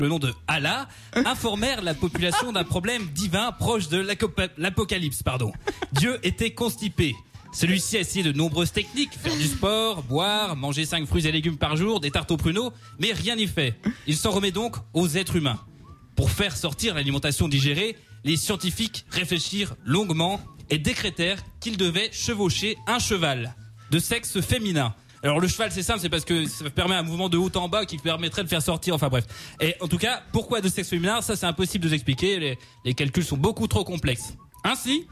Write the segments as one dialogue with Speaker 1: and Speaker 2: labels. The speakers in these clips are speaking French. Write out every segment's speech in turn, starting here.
Speaker 1: le nom de Allah, informèrent la population d'un problème divin proche de l'acopa- l'apocalypse. Pardon. Dieu était constipé. Celui-ci a essayé de nombreuses techniques, faire du sport, boire, manger 5 fruits et légumes par jour, des tartes aux pruneaux, mais rien n'y fait. Il s'en remet donc aux êtres humains. Pour faire sortir l'alimentation digérée, les scientifiques réfléchirent longuement et décrétèrent qu'ils devaient chevaucher un cheval de sexe féminin. Alors le cheval c'est simple, c'est parce que ça permet un mouvement de haut en bas qui permettrait de faire sortir, enfin bref. Et en tout cas, pourquoi de sexe féminin Ça c'est impossible de vous expliquer, les, les calculs sont beaucoup trop complexes. Ainsi,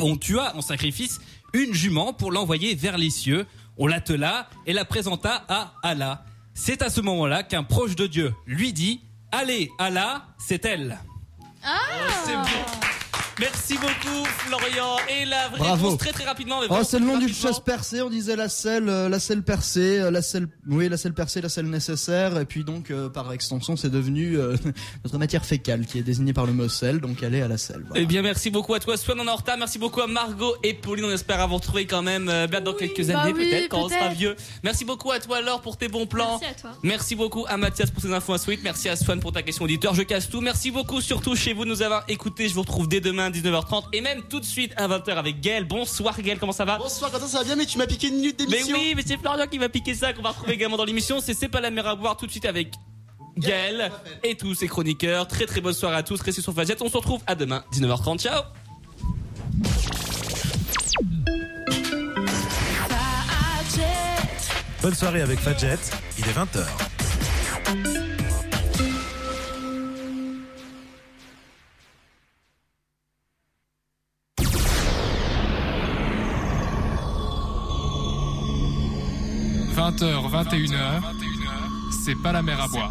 Speaker 1: on tua en sacrifice une jument pour l'envoyer vers les cieux. On l'attela et la présenta à Allah. C'est à ce moment-là qu'un proche de Dieu lui dit Allez, Allah, c'est elle.
Speaker 2: C'est beau.
Speaker 1: Merci beaucoup, Florian. Et la vraie
Speaker 3: Bravo.
Speaker 1: réponse très très rapidement. mais
Speaker 3: Oh,
Speaker 1: vraiment
Speaker 3: c'est le nom d'une
Speaker 1: rapidement.
Speaker 3: chasse percée. On disait la selle, euh, la selle percée, euh, la selle, oui, la selle percée, la selle nécessaire. Et puis donc, euh, par extension, c'est devenu euh, notre matière fécale qui est désignée par le mot selle. Donc, elle est à la selle. voilà.
Speaker 2: Eh bien, merci beaucoup à toi, Swan. On est en retard. Merci beaucoup à Margot et Pauline. On espère avoir retrouvé quand même euh, bien dans quelques
Speaker 4: bah
Speaker 2: années,
Speaker 4: oui,
Speaker 2: peut-être, quand on sera
Speaker 4: peut-être.
Speaker 2: vieux. Merci beaucoup à toi, Laure, pour tes bons plans.
Speaker 4: Merci à toi.
Speaker 2: Merci beaucoup à Mathias pour ses infos insolites. Merci à Swan pour ta question auditeur. Je casse tout. Merci beaucoup, surtout chez vous, de nous avoir écoutés. Je vous retrouve dès demain, 19h30, et même tout de suite à 20h avec Gaël. Bonsoir, Gaël. Comment ça va?
Speaker 5: Bonsoir, Quentin, ça va bien, mais tu m'as piqué une minute
Speaker 2: Mais
Speaker 5: d'émission.
Speaker 2: oui, mais c'est Florian qui va piquer ça, qu'on va retrouver également dans l'émission. C'est C'est pas la mer à boire tout de suite avec Gaël et tous ses chroniqueurs. Très très bonne soirée à tous. Restez sur Fagette. On se retrouve à demain, 19h30. Ciao!
Speaker 6: Bonne soirée avec Fadjet, il est 20h.
Speaker 7: C'est pas la mer à boire.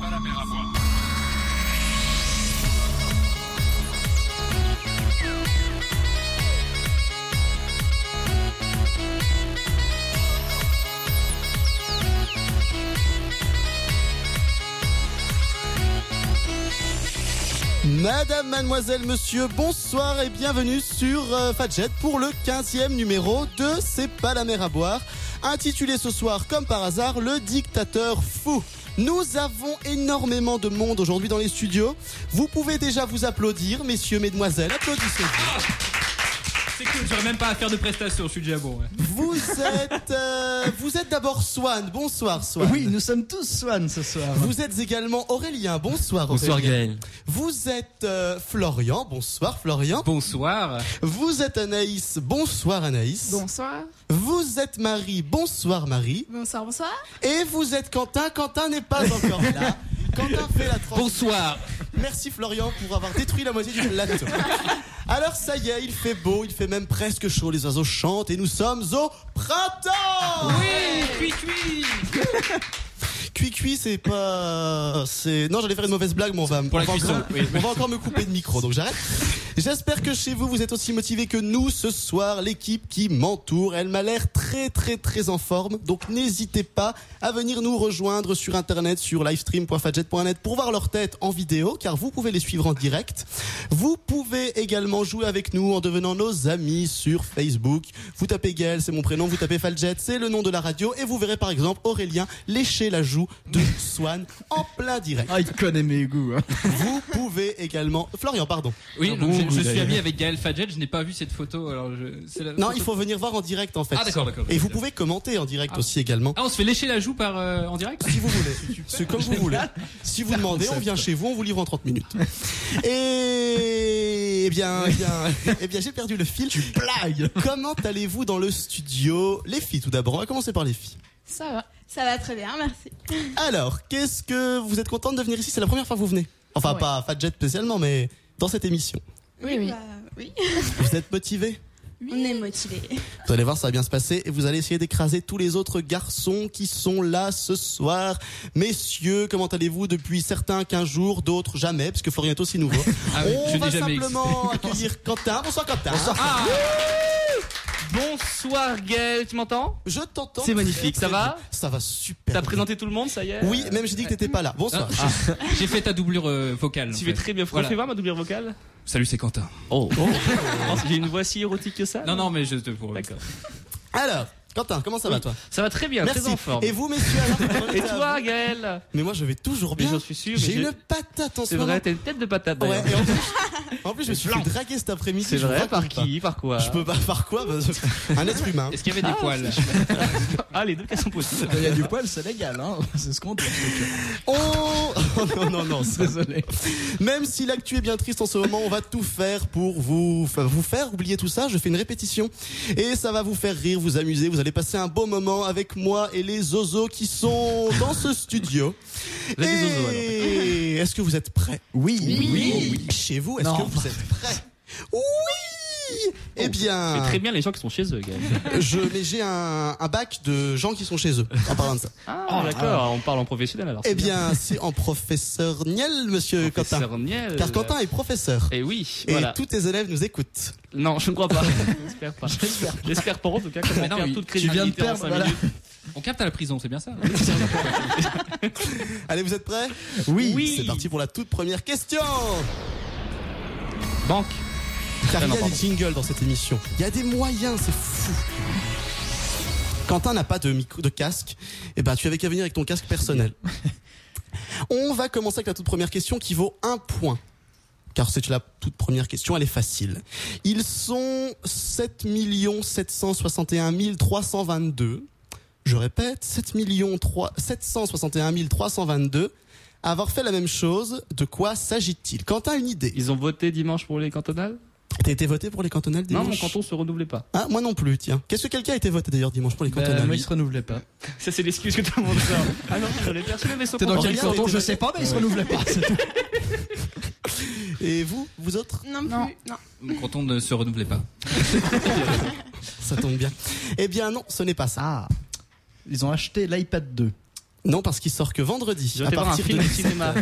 Speaker 5: Madame, mademoiselle, monsieur, bonsoir et bienvenue sur euh, Fadjet pour le 15e numéro de C'est pas la mer à boire, intitulé ce soir comme par hasard Le dictateur fou. Nous avons énormément de monde aujourd'hui dans les studios. Vous pouvez déjà vous applaudir, messieurs, mesdemoiselles, applaudissez-vous.
Speaker 1: Ah, C'est cool, j'aurais même pas à faire de prestations, je suis déjà bon. ouais.
Speaker 5: Vous êtes, euh, vous êtes d'abord Swan. Bonsoir Swan.
Speaker 3: Oui, nous sommes tous Swan ce soir.
Speaker 5: Vous êtes également Aurélien. Bonsoir Aurélien.
Speaker 8: Bonsoir Gaël.
Speaker 5: Vous êtes euh, Florian. Bonsoir Florian.
Speaker 1: Bonsoir.
Speaker 5: Vous êtes Anaïs. Bonsoir Anaïs.
Speaker 4: Bonsoir.
Speaker 5: Vous êtes Marie. Bonsoir Marie.
Speaker 4: Bonsoir, bonsoir.
Speaker 5: Et vous êtes Quentin. Quentin n'est pas encore là. Quentin fait la transition.
Speaker 1: Bonsoir.
Speaker 5: Merci Florian pour avoir détruit la moitié du plateau. Alors ça y est, il fait beau, il fait même presque chaud, les oiseaux chantent et nous sommes au printemps
Speaker 1: Oui, cui cui.
Speaker 5: Cui-cui, c'est pas. C'est. Non, j'allais faire une mauvaise blague, mais on va, on, va encore, on va encore me couper de micro, donc j'arrête. J'espère que chez vous, vous êtes aussi motivés que nous ce soir. L'équipe qui m'entoure, elle m'a l'air très, très, très en forme. Donc n'hésitez pas à venir nous rejoindre sur internet, sur livestream.fadjet.net pour voir leur tête en vidéo, car vous pouvez les suivre en direct. Vous pouvez également jouer avec nous en devenant nos amis sur Facebook. Vous tapez Gaël, c'est mon prénom, vous tapez Faljet, c'est le nom de la radio, et vous verrez par exemple Aurélien lécher la joue de Swan en plein direct.
Speaker 3: Ah, il connaît mes goûts. hein.
Speaker 1: Ah.
Speaker 5: Vous pouvez également... Florian, pardon.
Speaker 1: Oui,
Speaker 3: Un
Speaker 1: donc
Speaker 3: Ah bon
Speaker 1: je,
Speaker 3: goût,
Speaker 1: je suis
Speaker 3: d'ailleurs.
Speaker 1: ami avec Gaël Fadjet, je n'ai pas vu cette photo. Alors je, c'est la
Speaker 5: Non,
Speaker 1: photo-
Speaker 5: il faut venir voir en direct en fait.
Speaker 1: Ah d'accord, d'accord.
Speaker 5: Et vous pouvez commenter en direct aussi également.
Speaker 1: Ah, on se fait lécher la joue par euh, en direct
Speaker 5: Si vous voulez, c'est comme vous voulez. Si vous demandez, on vient chez vous, on vous livre en 30 minutes. Et eh bien, eh bien, eh bien, j'ai perdu le fil. Tu blagues. Comment allez-vous dans le studio, les filles Tout d'abord, on va commencer par les filles.
Speaker 4: Ça va. Ça va très bien, merci.
Speaker 5: Alors, qu'est-ce que vous êtes contente de venir ici C'est la première fois que vous venez. Enfin,
Speaker 4: Ouais.
Speaker 5: pas à Fadjet spécialement, mais dans cette émission.
Speaker 4: Oui, oui. Bah, oui.
Speaker 5: Vous êtes motivés
Speaker 4: On est motivés.
Speaker 5: Vous allez voir, ça va bien se passer et vous allez essayer d'écraser tous les autres garçons qui sont là ce soir. Messieurs, comment allez-vous depuis certains 15 jours, d'autres jamais, parce que Florian est aussi nouveau.
Speaker 1: Ah oui,
Speaker 5: On
Speaker 1: je
Speaker 5: va
Speaker 1: n'ai jamais
Speaker 5: simplement accueillir Quentin. Bonsoir Quentin. Ah,
Speaker 2: Bonsoir Gaël, tu m'entends
Speaker 5: Je t'entends.
Speaker 2: C'est magnifique,
Speaker 5: très
Speaker 2: ça va
Speaker 5: bien. Ça va super.
Speaker 2: T'as
Speaker 5: bien.
Speaker 2: présenté tout le monde, ça y est
Speaker 5: Oui, même j'ai dit que t'étais pas là. Bonsoir.
Speaker 1: J'ai fait ta doublure euh, vocale. en
Speaker 2: Tu
Speaker 1: fait.
Speaker 2: fais très bien.
Speaker 1: Voilà.
Speaker 2: Fais voir ma doublure vocale.
Speaker 1: Salut, c'est Quentin.
Speaker 2: Oh, J'ai une voix si érotique que ça
Speaker 1: Non, non, mais je te pour.
Speaker 2: D'accord.
Speaker 5: Alors, Quentin, comment ça va toi
Speaker 2: Ça va très bien,
Speaker 5: Merci.
Speaker 2: Ah. très en forme.
Speaker 5: Et vous, messieurs, alors,
Speaker 2: Et toi, Gaël
Speaker 5: Mais moi, je vais toujours
Speaker 2: Mais
Speaker 5: bien.
Speaker 2: j'en suis sûr. mais
Speaker 5: J'ai
Speaker 2: je-
Speaker 5: une patate en ce
Speaker 2: C'est
Speaker 5: moment.
Speaker 2: vrai, t'as une tête de patate
Speaker 5: Ouais,
Speaker 2: d'ailleurs.
Speaker 5: et en plus, en plus, je me suis fait draguer cet après-midi.
Speaker 2: C'est
Speaker 5: je vous
Speaker 2: vrai,
Speaker 5: raconte
Speaker 2: par
Speaker 5: pas.
Speaker 2: qui Par quoi
Speaker 5: Je peux pas par quoi bah, je- Un être humain.
Speaker 1: Est-ce qu'il y avait des poils
Speaker 2: Ah, les deux cas sont possibles.
Speaker 3: Il y a du poil, c'est légal, hein. C'est ce qu'on dit.
Speaker 5: Oh Non, non, non. ça-
Speaker 3: Désolé.
Speaker 5: Même si l'actu est bien triste en ce moment, on va tout faire pour vous, enfin, vous faire oublier tout ça. Je fais une répétition. Et ça va vous faire rire, vous amuser. Vous allez passer un beau moment avec moi et les zozos qui sont dans ce studio.
Speaker 2: Vous êtes des zozos, alors.
Speaker 5: Et est-ce que vous êtes prêts
Speaker 3: Oui.
Speaker 5: Chez vous, est-ce
Speaker 3: Non.
Speaker 5: que vous êtes prêts Oui Eh bien.
Speaker 2: Oh. C'est très bien les gens qui sont chez eux, Gaël.
Speaker 5: Je, mais j'ai un, un bac de gens qui sont chez eux, en parlant de ça.
Speaker 2: Ah, d'accord, on parle en professionnel alors.
Speaker 5: Eh bien, c'est en professeur Niel, monsieur Quentin. Car Quentin est professeur.
Speaker 2: euh, Et Eh oui,
Speaker 5: Et
Speaker 2: voilà.
Speaker 5: tous tes élèves nous écoutent.
Speaker 2: Non, je ne crois pas. J'espère pas. J'espère pas en tout cas, comme on
Speaker 1: Mais non,
Speaker 2: perd
Speaker 1: mais
Speaker 2: toute
Speaker 3: tu viens de
Speaker 2: crédibilité en
Speaker 3: perdre,
Speaker 2: 5
Speaker 3: voilà.
Speaker 2: minutes.
Speaker 1: On capte à la prison, c'est bien ça
Speaker 5: Allez, vous êtes prêts
Speaker 3: Oui.
Speaker 2: Oui.
Speaker 5: C'est parti pour la toute première question
Speaker 1: Banque.
Speaker 5: Car
Speaker 2: Ah
Speaker 5: il
Speaker 2: non,
Speaker 5: y a
Speaker 2: pardon.
Speaker 5: des jingles dans cette émission. Il y a des moyens, c'est fou. Quentin n'a pas de, micro, de casque. Eh ben, tu avais qu'à venir avec ton casque personnel. On va commencer avec la toute première question qui vaut un point. Car c'est la toute première question, elle est facile. Ils sont 7 761 322. Je répète, 7 3 761 322. À Avoir fait la même chose, de quoi s'agit-il Quentin, une idée.
Speaker 2: Ils ont voté dimanche pour les cantonales
Speaker 5: T'as été voté pour les cantonales
Speaker 2: Non,
Speaker 5: dimanche
Speaker 2: mon canton se renouvelait pas.
Speaker 5: Ah, moi non plus, tiens. Qu'est-ce que quelqu'un a été voté d'ailleurs dimanche pour les
Speaker 2: Ben,
Speaker 5: cantonales
Speaker 3: Euh, moi, il se renouvelait pas.
Speaker 2: Ça, c'est l'excuse que tout le monde sort. Ah non, je l'ai perçu, mais son
Speaker 3: T'es dans
Speaker 5: Oh,
Speaker 3: quel
Speaker 5: regarde,
Speaker 3: canton
Speaker 5: t'es-
Speaker 3: Je sais pas, mais il se renouvelait pas. c'est tout.
Speaker 5: Et vous, vous autres
Speaker 4: Non, plus. Non.
Speaker 1: hein Quand on ne se renouvelait pas.
Speaker 5: Ça tombe bien. Eh bien non, ce n'est pas ça.
Speaker 3: Ah. Ils ont acheté l'iPad 2.
Speaker 5: Non, parce qu'il sort que vendredi.
Speaker 2: J'ai
Speaker 5: À
Speaker 2: été voir un
Speaker 5: partir
Speaker 2: film
Speaker 5: de...
Speaker 2: au cinéma.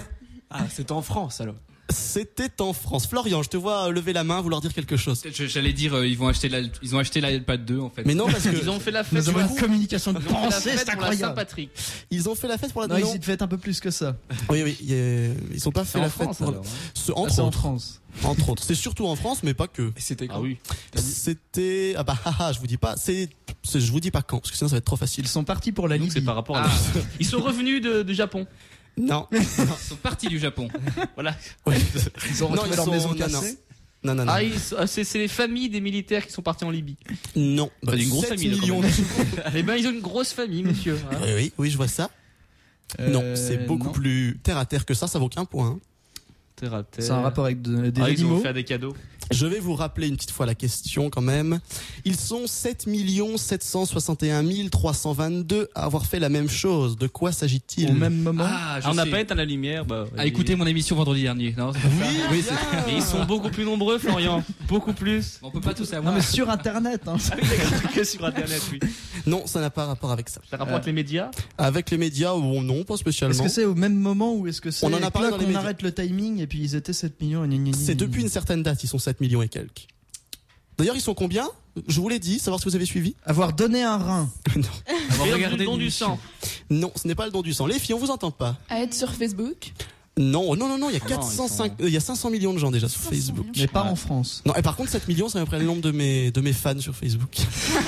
Speaker 8: Ah, c'était en France alors.
Speaker 5: C'était en France. Florian, je te vois lever la main, vouloir dire quelque chose.
Speaker 1: Je- J'allais dire, euh, ils, vont acheter la, ils ont acheté l'iPad 2 en fait.
Speaker 5: Mais non, parce que
Speaker 2: Ils ont fait la fête.
Speaker 3: Nous
Speaker 2: sur
Speaker 3: avons
Speaker 2: la-
Speaker 3: une communication de
Speaker 2: Ils ont fait la
Speaker 3: pensée,
Speaker 2: fête
Speaker 3: c'est
Speaker 2: pour la
Speaker 3: incroyable.
Speaker 2: Saint-Patrick.
Speaker 5: ils ont fait la fête pour la.
Speaker 3: Non, ils y devaient un peu plus que ça.
Speaker 5: Oui, oui. il y a- Ils ont pas fait
Speaker 2: C'est en
Speaker 5: la fête
Speaker 2: France
Speaker 5: pour.
Speaker 2: alors. hein.
Speaker 5: Ce-
Speaker 3: Ah,
Speaker 5: Entre
Speaker 3: C'est en
Speaker 5: autres.
Speaker 3: France.
Speaker 5: Entre autres. C'est surtout en France, mais pas que.
Speaker 8: Et c'était
Speaker 2: Ah oui.
Speaker 5: C'était. Ah bah, haha, je vous dis pas. C'est. c'est- Je vous dis pas quand, parce que sinon ça va être trop facile.
Speaker 3: Ils sont partis pour la
Speaker 2: Donc c'est
Speaker 3: Libye.
Speaker 2: par rapport à. Ils sont revenus de, du Japon.
Speaker 5: Non.
Speaker 1: Ils sont partis du Japon.
Speaker 2: Voilà.
Speaker 5: Ouais.
Speaker 3: Ils ont
Speaker 5: Non,
Speaker 3: retrouvé
Speaker 5: ils
Speaker 3: leur
Speaker 5: sont-
Speaker 3: maison
Speaker 5: non, non.
Speaker 3: cassée.
Speaker 5: Non, non, non.
Speaker 2: Ah, ils sont- ah, c'est c'est les familles des militaires qui sont partis en Libye.
Speaker 5: Non.
Speaker 2: Bah, d'une grosse
Speaker 5: 7
Speaker 2: famille, là, quand
Speaker 5: millions. Eh
Speaker 2: Eh ben, ils ont une grosse famille, monsieur. hein.
Speaker 5: Oui, oui, oui, je vois ça. Non,
Speaker 3: Euh,
Speaker 5: c'est beaucoup
Speaker 3: non.
Speaker 5: plus terre à terre que ça, ça vaut qu'un point. hein.
Speaker 2: Terre à terre.
Speaker 3: C'est un rapport avec de- des
Speaker 2: Euh, Ah, ils ont
Speaker 3: animaux.
Speaker 2: fait des cadeaux.
Speaker 5: Je vais vous rappeler une petite fois la question quand même. Ils sont 7 761 322 à avoir fait la même chose. De quoi s'agit-il
Speaker 3: Au même moment.
Speaker 1: Ah, je
Speaker 2: Ah, on n'a
Speaker 1: sais.
Speaker 2: pas éteint la lumière. Bah,
Speaker 1: Ah, écoutez mon émission vendredi dernier. Non, c'est pas ça.
Speaker 5: Oui, bien.
Speaker 2: Et ils sont beaucoup plus nombreux, Florian. beaucoup plus.
Speaker 1: on peut pas tout
Speaker 3: Non
Speaker 1: savoir.
Speaker 3: mais sur internet hein.
Speaker 2: que sur internet, oui.
Speaker 5: Non, ça n'a pas rapport avec ça.
Speaker 2: Ça rapporte les médias.
Speaker 5: Avec les médias, bon, non, pas
Speaker 3: Est-ce
Speaker 5: spécialement.
Speaker 3: que c'est au même moment ou est-ce que c'est
Speaker 5: On en a parlé
Speaker 3: là
Speaker 5: dans les
Speaker 3: qu'on
Speaker 5: médias.
Speaker 3: arrête le timing et puis ils étaient 7 millions et gna gna gna
Speaker 5: C'est
Speaker 3: gna
Speaker 5: depuis
Speaker 3: gna.
Speaker 5: une certaine date, ils sont 7 millions et quelques. D'ailleurs, ils sont combien Je vous l'ai dit, savoir si vous avez suivi.
Speaker 3: avoir donné un rein.
Speaker 5: non.
Speaker 2: Et
Speaker 1: regardez
Speaker 2: le don du
Speaker 1: l'émission.
Speaker 2: sang.
Speaker 5: non, ce n'est pas le don du sang. Les filles, on vous entend pas.
Speaker 9: À être sur Facebook.
Speaker 5: Non, oh, non, non, non, il y a,
Speaker 2: Ah non,
Speaker 5: 405
Speaker 2: ils
Speaker 5: euh, il y a 500 millions de gens déjà sur Facebook.
Speaker 3: Mais pas
Speaker 2: Ouais.
Speaker 3: en France.
Speaker 5: Non, et par contre, 7 millions, c'est à peu près le nombre de mes, de mes fans sur Facebook.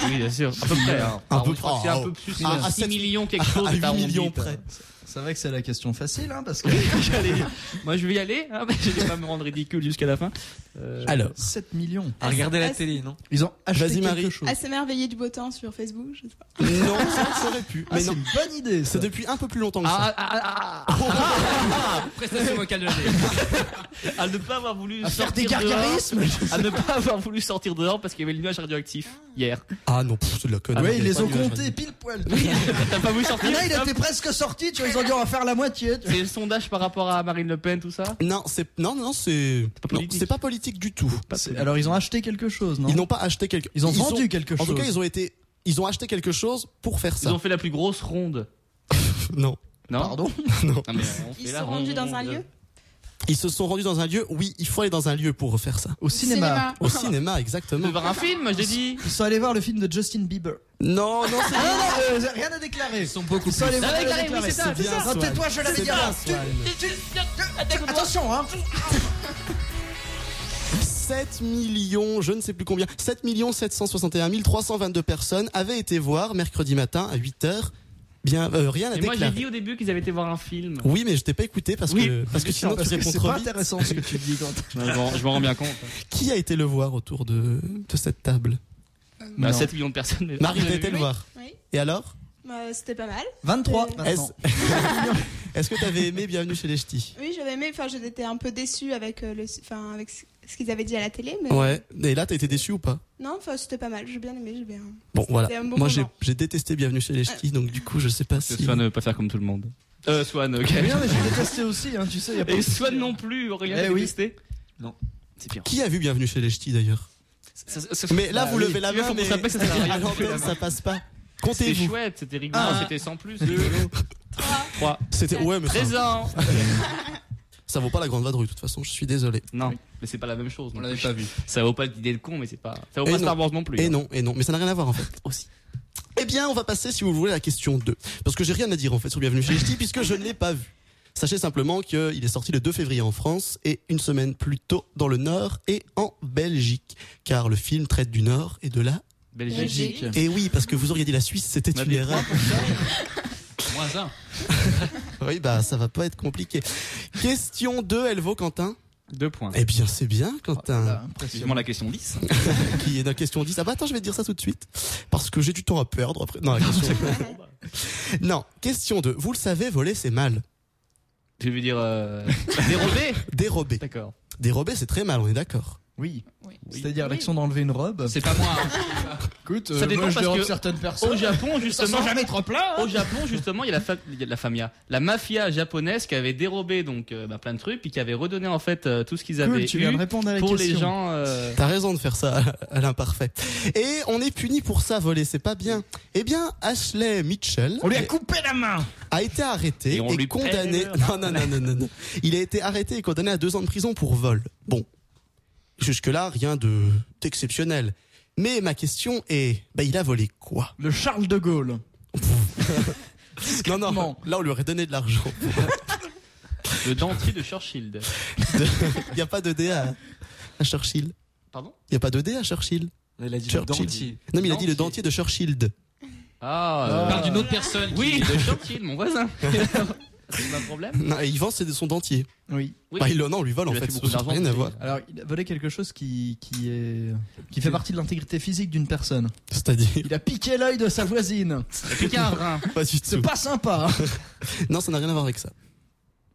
Speaker 2: Oui, bien sûr. À peu près. hein.
Speaker 5: Un
Speaker 2: Ah,
Speaker 5: peu
Speaker 2: je crois que
Speaker 5: près.
Speaker 2: C'est un peu plus.
Speaker 5: Ah,
Speaker 2: c'est
Speaker 5: à
Speaker 2: 6
Speaker 5: sept-
Speaker 2: millions quelque chose.
Speaker 5: à 8
Speaker 2: t'arrondis,
Speaker 5: millions
Speaker 2: t'as-
Speaker 5: près.
Speaker 3: C'est vrai que c'est la question facile hein, parce que
Speaker 2: Allez, moi je vais y aller, hein, mais je vais pas me rendre ridicule jusqu'à la fin. Euh,
Speaker 5: Alors,
Speaker 3: 7 millions.
Speaker 8: À regarder la
Speaker 4: Ah, c'est-
Speaker 8: télé, non
Speaker 3: Ils ont acheté
Speaker 5: Vas-y,
Speaker 3: quelque
Speaker 5: Marie.
Speaker 3: chose.
Speaker 4: À s'émerveiller du beau temps sur Facebook, je sais pas.
Speaker 5: non, ça ça aurait pu.
Speaker 3: Ah,
Speaker 5: Mais
Speaker 3: c'est
Speaker 5: non,
Speaker 3: une bonne idée. ça.
Speaker 5: c'est depuis un peu plus longtemps que ça.
Speaker 2: ah, ah, ah, ah,
Speaker 1: Prestation vocale de l'année.
Speaker 2: ah, à ne pas avoir voulu
Speaker 3: à faire des
Speaker 2: sortir
Speaker 3: gargarismes.
Speaker 5: Ah,
Speaker 2: dehors, à ne pas avoir voulu sortir dehors parce qu'il y avait le nuage radioactif hier.
Speaker 5: Ah non, pff, c'est de la connerie.
Speaker 3: oui, ils les ont
Speaker 5: Pas du
Speaker 3: comptés pile poil. Ah,
Speaker 2: T'as pas voulu
Speaker 3: Il
Speaker 2: sortir
Speaker 3: y en a, Ah, il
Speaker 2: hop,
Speaker 3: était presque sorti, tu vois, ils ont dit on va faire la moitié. tu vois.
Speaker 2: C'est le sondage par rapport à Marine Le Pen, tout ça.
Speaker 5: Non, c'est non non non, c'est
Speaker 2: pas
Speaker 5: non,
Speaker 2: politique.
Speaker 5: c'est pas politique du tout.
Speaker 3: C'est- Alors ils ont acheté quelque chose, non
Speaker 5: Ils n'ont pas acheté quelque
Speaker 3: Ils ont vendu quelque
Speaker 5: En
Speaker 3: chose.
Speaker 5: tout cas, ils ont été ils ont acheté quelque chose pour faire
Speaker 2: Ils
Speaker 5: ça.
Speaker 2: ont fait la plus grosse ronde.
Speaker 5: Non.
Speaker 2: Non
Speaker 3: Pardon
Speaker 2: Non, mais on fait
Speaker 4: Ils
Speaker 2: la
Speaker 4: sont rendus dans un
Speaker 2: ronde.
Speaker 4: lieu
Speaker 5: Ils se sont rendus dans un lieu. Oui, il faut aller dans un lieu pour faire ça.
Speaker 3: Au cinéma.
Speaker 5: Au cinéma, exactement.
Speaker 2: De voir un film, j'ai dit.
Speaker 3: Ils sont allés voir le film de Justin Bieber.
Speaker 5: Non, non, c'est
Speaker 3: Ah non, non, euh, rien à déclarer. Ils sont beaucoup plus. Allés voir
Speaker 2: Ah,
Speaker 3: le
Speaker 2: déclarer, oui,
Speaker 3: déclarer.
Speaker 2: c'est ça, c'est
Speaker 5: bien,
Speaker 3: Ah,
Speaker 5: Swan.
Speaker 3: Tais-toi, je l'avais
Speaker 5: C'est
Speaker 3: dit.
Speaker 5: bien,
Speaker 4: Ah,
Speaker 3: avant.
Speaker 5: Swan.
Speaker 3: Attention, hein.
Speaker 5: 7 millions, je ne sais plus combien, 7 761 322 personnes avaient été voir mercredi matin à 8h. Bien, euh, rien à
Speaker 2: Et moi, j'ai
Speaker 5: déclarer.
Speaker 2: dit au début qu'ils avaient été voir un film.
Speaker 5: Oui, mais je t'ai pas écouté parce
Speaker 2: Oui,
Speaker 5: que, parce que sinon
Speaker 3: parce
Speaker 5: tu
Speaker 3: que
Speaker 5: réponds
Speaker 3: c'est
Speaker 5: trop
Speaker 3: pas
Speaker 5: vite.
Speaker 3: intéressant ce que tu dis quand.
Speaker 2: je m'en rends bien compte.
Speaker 5: Qui a été le voir autour de, de cette table
Speaker 2: Bah,
Speaker 3: Non.
Speaker 2: 7 millions de personnes. mais-
Speaker 5: Marie,
Speaker 2: Vous
Speaker 5: t'as
Speaker 2: avez
Speaker 5: été
Speaker 2: vu
Speaker 5: le voir.
Speaker 4: Oui.
Speaker 5: Et alors
Speaker 4: Bah, C'était pas mal.
Speaker 3: 23
Speaker 4: Est-ce-
Speaker 3: maintenant.
Speaker 5: Est-ce que t'avais aimé Bienvenue chez les Ch'tis
Speaker 4: Oui, j'avais aimé. Enfin, j'étais un peu déçue avec, euh, le, enfin, avec ce ce qu'ils avaient dit à la télé, mais
Speaker 5: Ouais. Et là, t'as été déçu ou pas
Speaker 4: non, enfin, c'était pas mal. J'ai bien aimé, j'ai bien.
Speaker 5: Bon, voilà.
Speaker 4: C'était un bon
Speaker 5: Moi, j'ai
Speaker 4: moment.
Speaker 5: j'ai détesté Bienvenue chez les Ch'tis, donc du coup, je sais pas
Speaker 2: Que
Speaker 5: si.
Speaker 2: Swan ne veut pas faire comme tout le monde. Euh, Swan, ok.
Speaker 3: Mais non, mais j'ai détesté aussi, hein, tu sais. Y a pas
Speaker 2: Et
Speaker 3: de-
Speaker 2: Swan non plus, Aurélien,
Speaker 3: Eh
Speaker 2: t'as
Speaker 3: oui.
Speaker 2: testé
Speaker 8: C'est pire.
Speaker 5: Qui a vu Bienvenue chez les Ch'tis d'ailleurs
Speaker 2: Ça- ça- ça-
Speaker 5: Mais là,
Speaker 3: Bah
Speaker 5: vous
Speaker 3: oui.
Speaker 5: levez la
Speaker 2: Tu veux
Speaker 5: main,
Speaker 2: qu'on
Speaker 5: Ah, mais
Speaker 2: se rappelle, ça sert à rien
Speaker 5: à
Speaker 2: de lever la
Speaker 5: l'antenne,
Speaker 2: main.
Speaker 5: ça passe pas.
Speaker 2: C'était
Speaker 5: Comptez-vous.
Speaker 2: chouette, c'était rigolo,
Speaker 3: Ah.
Speaker 2: c'était sans plus. Deux, trois,
Speaker 5: C'était ouais, mais ça,
Speaker 2: présent.
Speaker 5: ça vaut pas la grande vadrouille de toute façon. Je suis désolé.
Speaker 2: Non, mais c'est pas la même chose.
Speaker 1: On
Speaker 2: non
Speaker 1: l'avait
Speaker 2: plus.
Speaker 1: pas vu.
Speaker 2: Ça vaut pas l'idée de con, mais c'est pas. Ça vaut
Speaker 5: Et
Speaker 2: pas
Speaker 5: non.
Speaker 2: Star Wars non plus.
Speaker 5: Et
Speaker 2: hein.
Speaker 5: non, et non, mais ça n'a rien à voir en fait. Aussi. Eh bien, on va passer, si vous le voulez, à la question 2. Parce que j'ai rien à dire en fait sur Bienvenue chez les Ch'tis, puisque je ne l'ai pas vu. Sachez simplement qu'il est sorti le 2 février en France et une semaine plus tôt dans le Nord et en Belgique. Car le film traite du Nord et de la.
Speaker 2: Belgique.
Speaker 5: Et oui, parce que vous auriez dit la Suisse, c'était
Speaker 2: Ah. On a
Speaker 5: une
Speaker 2: des
Speaker 5: erreur.
Speaker 1: Moins un.
Speaker 5: Oui, bah ça va pas être compliqué. Question 2, elle vaut Quentin
Speaker 2: Deux points.
Speaker 5: Eh bien, c'est bien, Quentin.
Speaker 3: Voilà,
Speaker 2: C'est
Speaker 3: impressionnant.
Speaker 2: vraiment la question 10.
Speaker 5: qui est dans la question 10. Ah bah attends, je vais te dire ça tout de suite. Parce que j'ai du temps à perdre après. Non, la question... non, question 2. Vous le savez, voler, c'est mal.
Speaker 2: Je veux dire. euh, Dérobé
Speaker 5: Dérober.
Speaker 2: D'accord.
Speaker 5: Dérober, c'est très mal, on est d'accord.
Speaker 3: Oui.
Speaker 4: Oui.
Speaker 3: C'est-à-dire l'action d'enlever une robe.
Speaker 1: C'est pas moi.
Speaker 3: Écoute, euh,
Speaker 2: Ça dépend
Speaker 3: moi je
Speaker 2: parce
Speaker 3: dérobe
Speaker 2: que-
Speaker 3: certaines personnes.
Speaker 2: hein. Au Japon, justement.
Speaker 3: trop hein. plein.
Speaker 2: Au Japon, justement, il y a la, fa- il y a la famia, la mafia japonaise qui avait dérobé donc euh, bah, plein de trucs, puis qui avait redonné en fait euh, tout ce qu'ils avaient
Speaker 3: Cool, tu viens
Speaker 2: eu
Speaker 3: de répondre à la
Speaker 2: pour
Speaker 3: question.
Speaker 2: les gens. euh,
Speaker 5: T'as raison de faire ça à l'imparfait. Et on est puni pour ça, voler, c'est pas bien. Eh bien, Ashley Mitchell
Speaker 3: On lui a coupé la main.
Speaker 5: a été arrêté
Speaker 2: Et on
Speaker 5: et
Speaker 2: lui prête
Speaker 5: condamné.
Speaker 2: l'heure.
Speaker 5: Non, non, non, non, non, non. Il a été arrêté et condamné à deux ans de prison pour vol. Bon. Jusque-là, rien de d'exceptionnel. Mais ma question est, bah, il a volé quoi?
Speaker 3: Le Charles de Gaulle.
Speaker 5: Non, non,
Speaker 3: Discrètement.
Speaker 5: là on lui aurait donné de l'argent.
Speaker 2: Le dentier de Churchill.
Speaker 5: Il n'y a pas de dé à, à Churchill.
Speaker 2: Pardon
Speaker 5: Il n'y a pas de dé à Churchill.
Speaker 8: Elle a dit le
Speaker 5: Churchill.
Speaker 8: dentier.
Speaker 5: Non, mais il a dit le
Speaker 2: Dentier.
Speaker 5: dentier de Churchill.
Speaker 2: Ah,
Speaker 1: On
Speaker 2: euh,
Speaker 1: parle d'une autre personne.
Speaker 2: oui,
Speaker 1: qui-
Speaker 2: de Churchill, mon voisin. C'est pas un problème.
Speaker 5: Non, et il vend c'est de son dentier.
Speaker 3: Oui.
Speaker 2: Oui.
Speaker 5: Bah, il, non, on lui vole en
Speaker 2: Il a
Speaker 5: fait.
Speaker 2: fait beaucoup
Speaker 5: Ça n'a
Speaker 2: d'argent,
Speaker 5: rien à
Speaker 2: c'est-
Speaker 5: voir.
Speaker 3: Alors, il a volé quelque chose qui, qui est, qui fait partie de l'intégrité physique d'une personne.
Speaker 5: C'est-à-dire,
Speaker 3: Il a piqué l'œil de sa voisine.
Speaker 2: Picard, hein.
Speaker 5: pas du
Speaker 3: C'est
Speaker 5: tout.
Speaker 3: pas sympa. hein.
Speaker 5: Non, ça n'a rien à voir avec ça.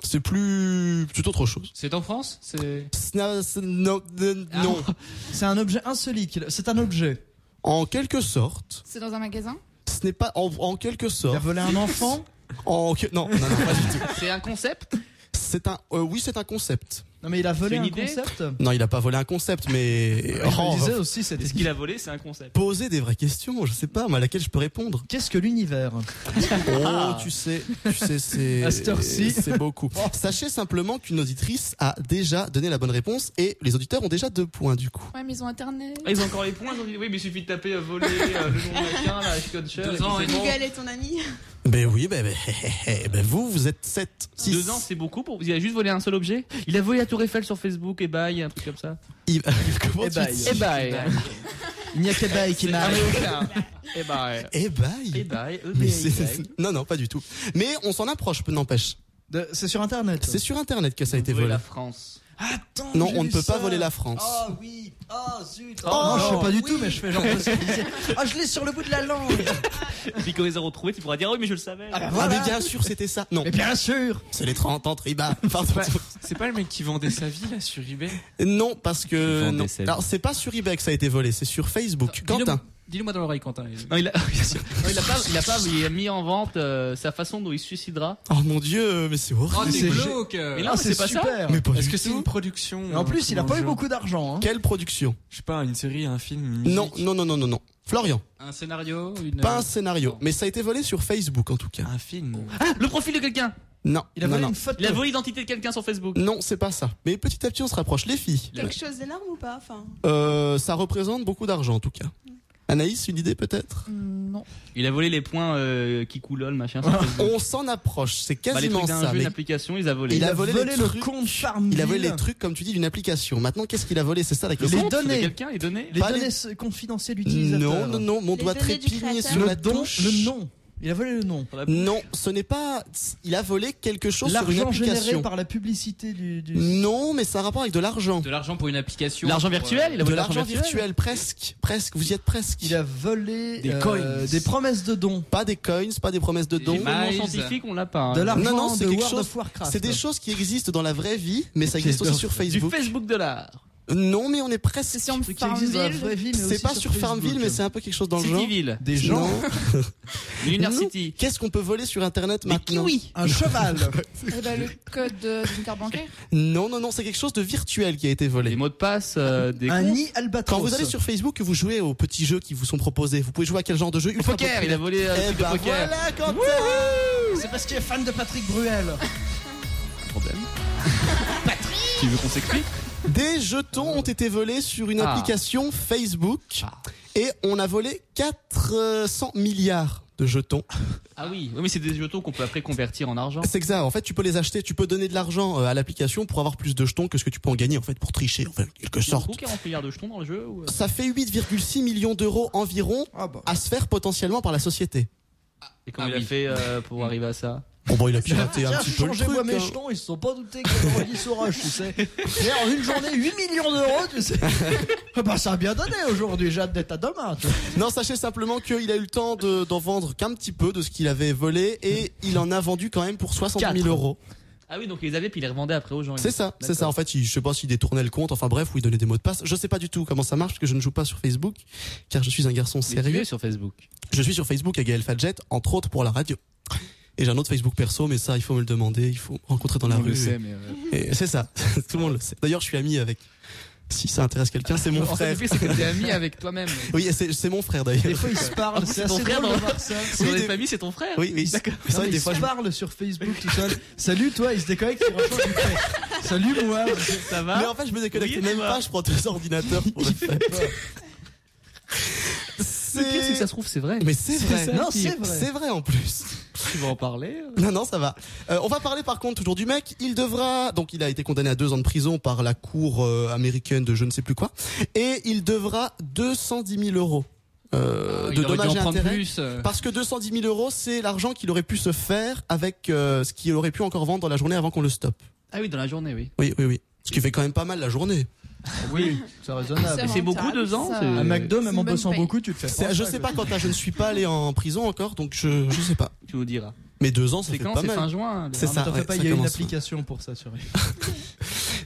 Speaker 5: C'est plus. C'est autre chose.
Speaker 1: C'est en France C'est.
Speaker 5: Ce n'a- ce- Non. non, non.
Speaker 3: C'est un objet insolite. qu'il- C'est un objet.
Speaker 5: En quelque sorte,
Speaker 9: C'est dans un magasin
Speaker 5: ce n'est pas. En, en
Speaker 3: Il
Speaker 5: quelque
Speaker 3: a
Speaker 5: sorte.
Speaker 3: volé un enfant.
Speaker 5: En... que- Non, non, non, pas du tout.
Speaker 2: c'est un concept.
Speaker 5: C'est un. euh, oui, c'est un concept.
Speaker 3: Non, mais il a volé
Speaker 2: une
Speaker 3: un
Speaker 2: idée
Speaker 3: concept.
Speaker 5: Non, il n'a pas volé un concept, mais.
Speaker 3: Je
Speaker 5: Oh,
Speaker 3: me disais aussi, c'était
Speaker 2: Est-ce qu'il a volé C'est un concept.
Speaker 5: Poser des vraies questions, je sais pas, mais à laquelle je peux répondre.
Speaker 3: Qu'est-ce que l'univers
Speaker 5: Oh, tu sais, tu sais,
Speaker 3: À cette
Speaker 5: c'est
Speaker 3: heure-ci.
Speaker 5: c'est beaucoup. Sachez simplement qu'une auditrice a déjà donné la bonne réponse et les auditeurs ont déjà deux points du coup.
Speaker 9: Ouais, mais ils ont internet.
Speaker 2: Ah, ils ont encore les points. ils ont dit, oui, mais il suffit de taper euh, voler euh, le nom de quelqu'un, là, Scotcher.
Speaker 1: Deux ans et
Speaker 4: Google est ton ami.
Speaker 5: Ben oui, ben, ben, hé, hé, hé, ben vous, vous êtes sept, six.
Speaker 2: Deux ans, c'est beaucoup pour. Il a juste volé un seul objet. Il a volé la Tour Eiffel sur Facebook et bye, un truc comme ça.
Speaker 5: Il- Comment
Speaker 3: Eh
Speaker 5: tu
Speaker 3: ben,
Speaker 5: dis
Speaker 2: Et bye.
Speaker 3: Il n'y a que bail qui marche.
Speaker 2: Et bye.
Speaker 5: Eh
Speaker 2: Et
Speaker 5: ben,
Speaker 2: bye.
Speaker 5: mais c'est- non, non, pas du tout. Mais on s'en approche, peu n'empêche.
Speaker 3: De- C'est sur internet.
Speaker 5: C'est sur Internet que ça a été volé.
Speaker 2: la France.
Speaker 3: Attends,
Speaker 5: Non,
Speaker 3: j'ai
Speaker 5: on ne
Speaker 3: vu
Speaker 5: peut pas
Speaker 3: ça.
Speaker 5: voler la France.
Speaker 3: Ah oui, ah zut. Oh,
Speaker 5: Oh,
Speaker 3: non, je
Speaker 5: non,
Speaker 3: sais pas du tout, mais je fais genre. parce que je disais, Ah, je l'ai sur le bout de la langue.
Speaker 2: Et puis quand ils auront trouvé, tu pourras dire oui, mais je le savais.
Speaker 3: Ah bah
Speaker 5: Ah,
Speaker 3: voilà.
Speaker 5: mais bien sûr, c'était ça. Non,
Speaker 3: Mais bien sûr.
Speaker 5: c'est les 30 ans tribas. Pardon.
Speaker 8: C'est pas, c'est pas le mec qui vendait sa vie là sur eBay
Speaker 5: Non, parce que.
Speaker 2: vendait
Speaker 5: non.
Speaker 2: sa vie.
Speaker 5: Alors, c'est pas sur eBay que ça a été volé, c'est sur Facebook. Quentin.
Speaker 1: Dis-le-moi dans l'oreille, Quentin.
Speaker 2: Non, il a, bien sûr. Non, il a pas, il a pas il a mis en vente euh, sa façon dont il se suicidera.
Speaker 5: Oh mon dieu, mais c'est horrible.
Speaker 1: Oh,
Speaker 3: Mais
Speaker 1: t'es
Speaker 3: c'est-
Speaker 1: glauque
Speaker 2: Mais
Speaker 1: euh.
Speaker 2: non,
Speaker 3: Ah,
Speaker 2: mais c'est pas ça.
Speaker 3: super.
Speaker 5: Mais pas
Speaker 8: Est-ce
Speaker 5: du
Speaker 8: que c'est
Speaker 5: tout.
Speaker 8: une production
Speaker 3: Et en plus,
Speaker 8: euh,
Speaker 3: il a
Speaker 8: un
Speaker 3: pas eu
Speaker 8: genre
Speaker 3: beaucoup d'argent. Hein.
Speaker 5: Quelle production
Speaker 8: Je sais pas, une série, un film, une musique.
Speaker 5: Non, non, non, non, non, non. Florian,
Speaker 1: Un scénario une...
Speaker 5: pas un scénario,
Speaker 1: non.
Speaker 5: mais ça a été volé sur Facebook en tout cas.
Speaker 8: Un film.
Speaker 2: Ah, le profil de quelqu'un.
Speaker 5: Non,
Speaker 3: Il a
Speaker 5: non,
Speaker 3: volé
Speaker 5: non.
Speaker 3: une photo.
Speaker 2: Il a volé l'identité de quelqu'un sur Facebook.
Speaker 5: Non, c'est pas ça. Mais petit à petit, on se rapproche. Les filles,
Speaker 4: Quelque chose d'énorme ou pas Enfin,
Speaker 5: euh, ça représente beaucoup d'argent en tout cas. Anaïs, une idée peut-être
Speaker 9: Non.
Speaker 10: Il a volé les points euh, qui coulent, machin. sur Facebook.
Speaker 5: On s'en approche, c'est
Speaker 10: Bah, les
Speaker 5: quasiment
Speaker 10: trucs d'un
Speaker 5: ça.
Speaker 10: jeu,
Speaker 5: mais
Speaker 10: une application, ils a volé.
Speaker 5: Il a volé les trucs.
Speaker 9: compte
Speaker 5: Il a volé les trucs, comme tu dis, d'une application. Maintenant, qu'est-ce qu'il a volé C'est ça la question.
Speaker 3: Les données.
Speaker 10: Quelqu'un les données
Speaker 3: Les
Speaker 5: Pas
Speaker 3: données
Speaker 5: les-
Speaker 3: s- confidentielles
Speaker 5: Non,
Speaker 3: utilisateurs.
Speaker 5: non, non, mon
Speaker 4: Les
Speaker 5: doigt
Speaker 4: données du
Speaker 5: trépigné
Speaker 4: créateur.
Speaker 5: sur la
Speaker 3: Le don,
Speaker 5: touche.
Speaker 3: le nom. Il a volé le nom.
Speaker 5: Non, ce n'est pas. Il a volé quelque chose sur une
Speaker 3: L'argent généré
Speaker 5: application.
Speaker 3: par la publicité du. du-
Speaker 5: Non, mais ça a rapport avec de l'argent.
Speaker 1: De l'argent pour une application.
Speaker 10: L'argent
Speaker 1: pour, euh,
Speaker 10: virtuel, il a
Speaker 5: De
Speaker 10: volé
Speaker 5: l'argent virtuel, presque. Presque, vous y êtes presque.
Speaker 3: Il a volé
Speaker 8: Des
Speaker 3: euh,
Speaker 8: coins.
Speaker 3: des promesses de dons.
Speaker 5: Pas des coins, pas des promesses de dons.
Speaker 1: Des
Speaker 10: Le
Speaker 1: miles.
Speaker 10: nom scientifique, on l'a pas. hein.
Speaker 3: De l'argent
Speaker 5: non, c'est
Speaker 3: de
Speaker 5: quelque
Speaker 3: World
Speaker 5: chose-
Speaker 3: of Warcraft.
Speaker 5: C'est des choses qui existent dans la vraie vie, mais ça
Speaker 3: Ok,
Speaker 5: existe aussi
Speaker 3: donc,
Speaker 5: sur
Speaker 10: Du
Speaker 5: Facebook.
Speaker 10: Facebook dollar.
Speaker 5: Non, mais on est presque.
Speaker 9: C'est sur
Speaker 3: Trucs qui existent dans la vraie vie, mais
Speaker 5: C'est
Speaker 3: aussi
Speaker 5: pas sur Farmville,
Speaker 3: Facebook.
Speaker 5: mais c'est un peu quelque chose dans le genre.
Speaker 10: Cityville.
Speaker 3: des gens.
Speaker 5: Non.
Speaker 10: L'University.
Speaker 5: Qu'est-ce qu'on peut voler sur Internet
Speaker 10: Les
Speaker 5: maintenant
Speaker 10: kiwis.
Speaker 3: Un cheval.
Speaker 9: Eh ben, le code euh, d'une carte bancaire.
Speaker 5: Non, non, non, c'est quelque chose de virtuel qui a été
Speaker 10: Les
Speaker 5: volé.
Speaker 10: mots de passe, euh, des
Speaker 3: un
Speaker 10: comptes.
Speaker 3: nid albatros.
Speaker 5: Quand vous allez sur Facebook, vous jouez aux petits jeux qui vous sont proposés. Vous pouvez jouer à quel genre de jeu
Speaker 10: Le
Speaker 5: Ultra
Speaker 10: poker, il a
Speaker 5: populaire.
Speaker 10: volé euh, le
Speaker 5: Eh
Speaker 10: truc de
Speaker 5: bah
Speaker 10: poker.
Speaker 5: voilà, Quentin
Speaker 3: c'est parce qu'il est fan de Patrick Bruel.
Speaker 8: Tu veux qu'on s'explique
Speaker 5: Des jetons ont été volés sur une
Speaker 10: Ah.
Speaker 5: application Facebook
Speaker 10: Ah.
Speaker 5: et on a volé 400 milliards de jetons.
Speaker 10: Ah oui, oui mais c'est des jetons qu'on peut après convertir en argent.
Speaker 5: C'est que ça, en fait, tu peux les acheter, tu peux donner de l'argent euh, à l'application pour avoir plus de jetons que ce que tu peux en gagner, en fait, pour tricher, en fait, quelque
Speaker 10: Il y a beaucoup,
Speaker 5: sorte.
Speaker 10: 40 milliards de jetons dans le jeu ou, euh,
Speaker 5: Ça fait 8,6 millions d'euros environ
Speaker 3: Ah bah.
Speaker 5: à se faire potentiellement par la société.
Speaker 10: Et comment
Speaker 1: Ah
Speaker 10: il a
Speaker 1: oui.
Speaker 10: fait euh, pour arriver à ça
Speaker 5: Bon, bon, il a piraté un
Speaker 3: Tiens,
Speaker 5: petit peu le truc.
Speaker 3: changez-moi mes
Speaker 5: hein.
Speaker 3: jetons, ils se sont pas doutés que j'avais envoyé Soros, tu sais. Et en une journée, 8 millions d'euros, tu sais. Ah bah, ça a bien donné aujourd'hui, j'ai hâte d'être à demain, tu vois.
Speaker 5: Non, sachez simplement qu'il a eu le temps de- d'en vendre qu'un petit peu de ce qu'il avait volé et il en a vendu quand même pour 60 000
Speaker 3: Quatre.
Speaker 5: euros.
Speaker 10: Ah oui, donc il les avait puis il les revendait après aux gens.
Speaker 5: C'est ça, c'est ça.
Speaker 10: D'accord.
Speaker 5: En fait, il, je sais pas s'il détournait le compte, enfin bref, ou il donnait des mots de passe. Je sais pas du tout comment ça marche parce que je ne joue pas sur Facebook car je suis un garçon
Speaker 10: Il les
Speaker 5: sérieux.
Speaker 10: tuait sur Facebook.
Speaker 5: Je suis sur Facebook à Gaël Fadjet, entre autres pour la radio. Et j'ai un autre Facebook perso, mais ça, il faut me le demander, il faut me rencontrer dans la
Speaker 8: On
Speaker 5: rue.
Speaker 8: le sait, mais. euh,
Speaker 5: Et c'est ça, tout le monde le sait. D'ailleurs, je suis ami avec. Si ça intéresse quelqu'un, c'est mon
Speaker 8: En fait,
Speaker 5: frère.
Speaker 8: le truc, c'est que t'es ami avec toi-même.
Speaker 5: Oui, c'est c'est mon frère d'ailleurs.
Speaker 3: Des fois, ils se
Speaker 5: Ah
Speaker 3: parlent, c'est
Speaker 10: ton
Speaker 3: assez
Speaker 10: frère,
Speaker 3: drôle de
Speaker 10: non
Speaker 3: voir ça.
Speaker 10: Sur les
Speaker 5: des-
Speaker 10: familles, c'est ton frère
Speaker 5: Oui, oui.
Speaker 10: D'accord.
Speaker 5: C'est vrai,
Speaker 3: Non,
Speaker 5: des
Speaker 3: il
Speaker 5: fois,
Speaker 3: se
Speaker 5: je-
Speaker 3: parle sur Facebook tout seul. Salut toi, il se déconnecte, il rechange, il fait, Salut moi.
Speaker 10: Ça
Speaker 5: Mais
Speaker 10: va
Speaker 5: en fait, je me déconnecte
Speaker 10: Oui,
Speaker 5: même
Speaker 10: ça va.
Speaker 5: pas, je prends deux ordinateurs pour le faire.
Speaker 10: Le pire, c'est que ça
Speaker 5: C'est.
Speaker 10: se trouve, c'est vrai.
Speaker 5: Mais c'est vrai.
Speaker 3: ça. Non, c'est vrai.
Speaker 5: C'est vrai en plus.
Speaker 10: Tu vas en parler
Speaker 3: hein.
Speaker 10: euh
Speaker 5: Non, non, ça va. Euh, on va parler par contre toujours du mec. Il devra, donc il a été condamné à deux ans de prison par la cour euh, américaine de je ne sais plus quoi, et il devra 210 000 euros euh, de
Speaker 1: il aurait dû
Speaker 5: dommages
Speaker 1: en
Speaker 5: et
Speaker 1: prendre
Speaker 5: intérêts.
Speaker 1: plus. euh.
Speaker 5: Parce que 210 000 euros, c'est l'argent qu'il aurait pu se faire avec euh, ce qu'il aurait pu encore vendre dans la journée avant qu'on le stoppe.
Speaker 10: Ah oui, dans la journée, oui.
Speaker 5: Oui, oui, oui. Ce qui fait quand même pas mal la journée.
Speaker 3: Oui, c'est raisonnable.
Speaker 10: Et c'est beaucoup,
Speaker 9: rentable,
Speaker 10: deux ans
Speaker 9: ça.
Speaker 10: c'est-
Speaker 3: Un McDo,
Speaker 9: C'est
Speaker 3: même
Speaker 9: une
Speaker 3: en
Speaker 9: bonne
Speaker 3: bossant
Speaker 9: paye.
Speaker 3: beaucoup, tu le fais.
Speaker 5: C'est- Je sais pas quand je ne suis pas allé en prison encore, donc je, je sais pas.
Speaker 10: Tu nous diras.
Speaker 5: Mais deux ans, ça
Speaker 10: C'est
Speaker 5: fait
Speaker 10: quand
Speaker 5: pas
Speaker 10: C'est
Speaker 5: mal.
Speaker 10: fin juin.
Speaker 5: C'est ça.
Speaker 3: T'en
Speaker 5: ouais,
Speaker 3: fais pas,
Speaker 5: ça
Speaker 3: il y a une
Speaker 5: commence.
Speaker 3: application pour ça sur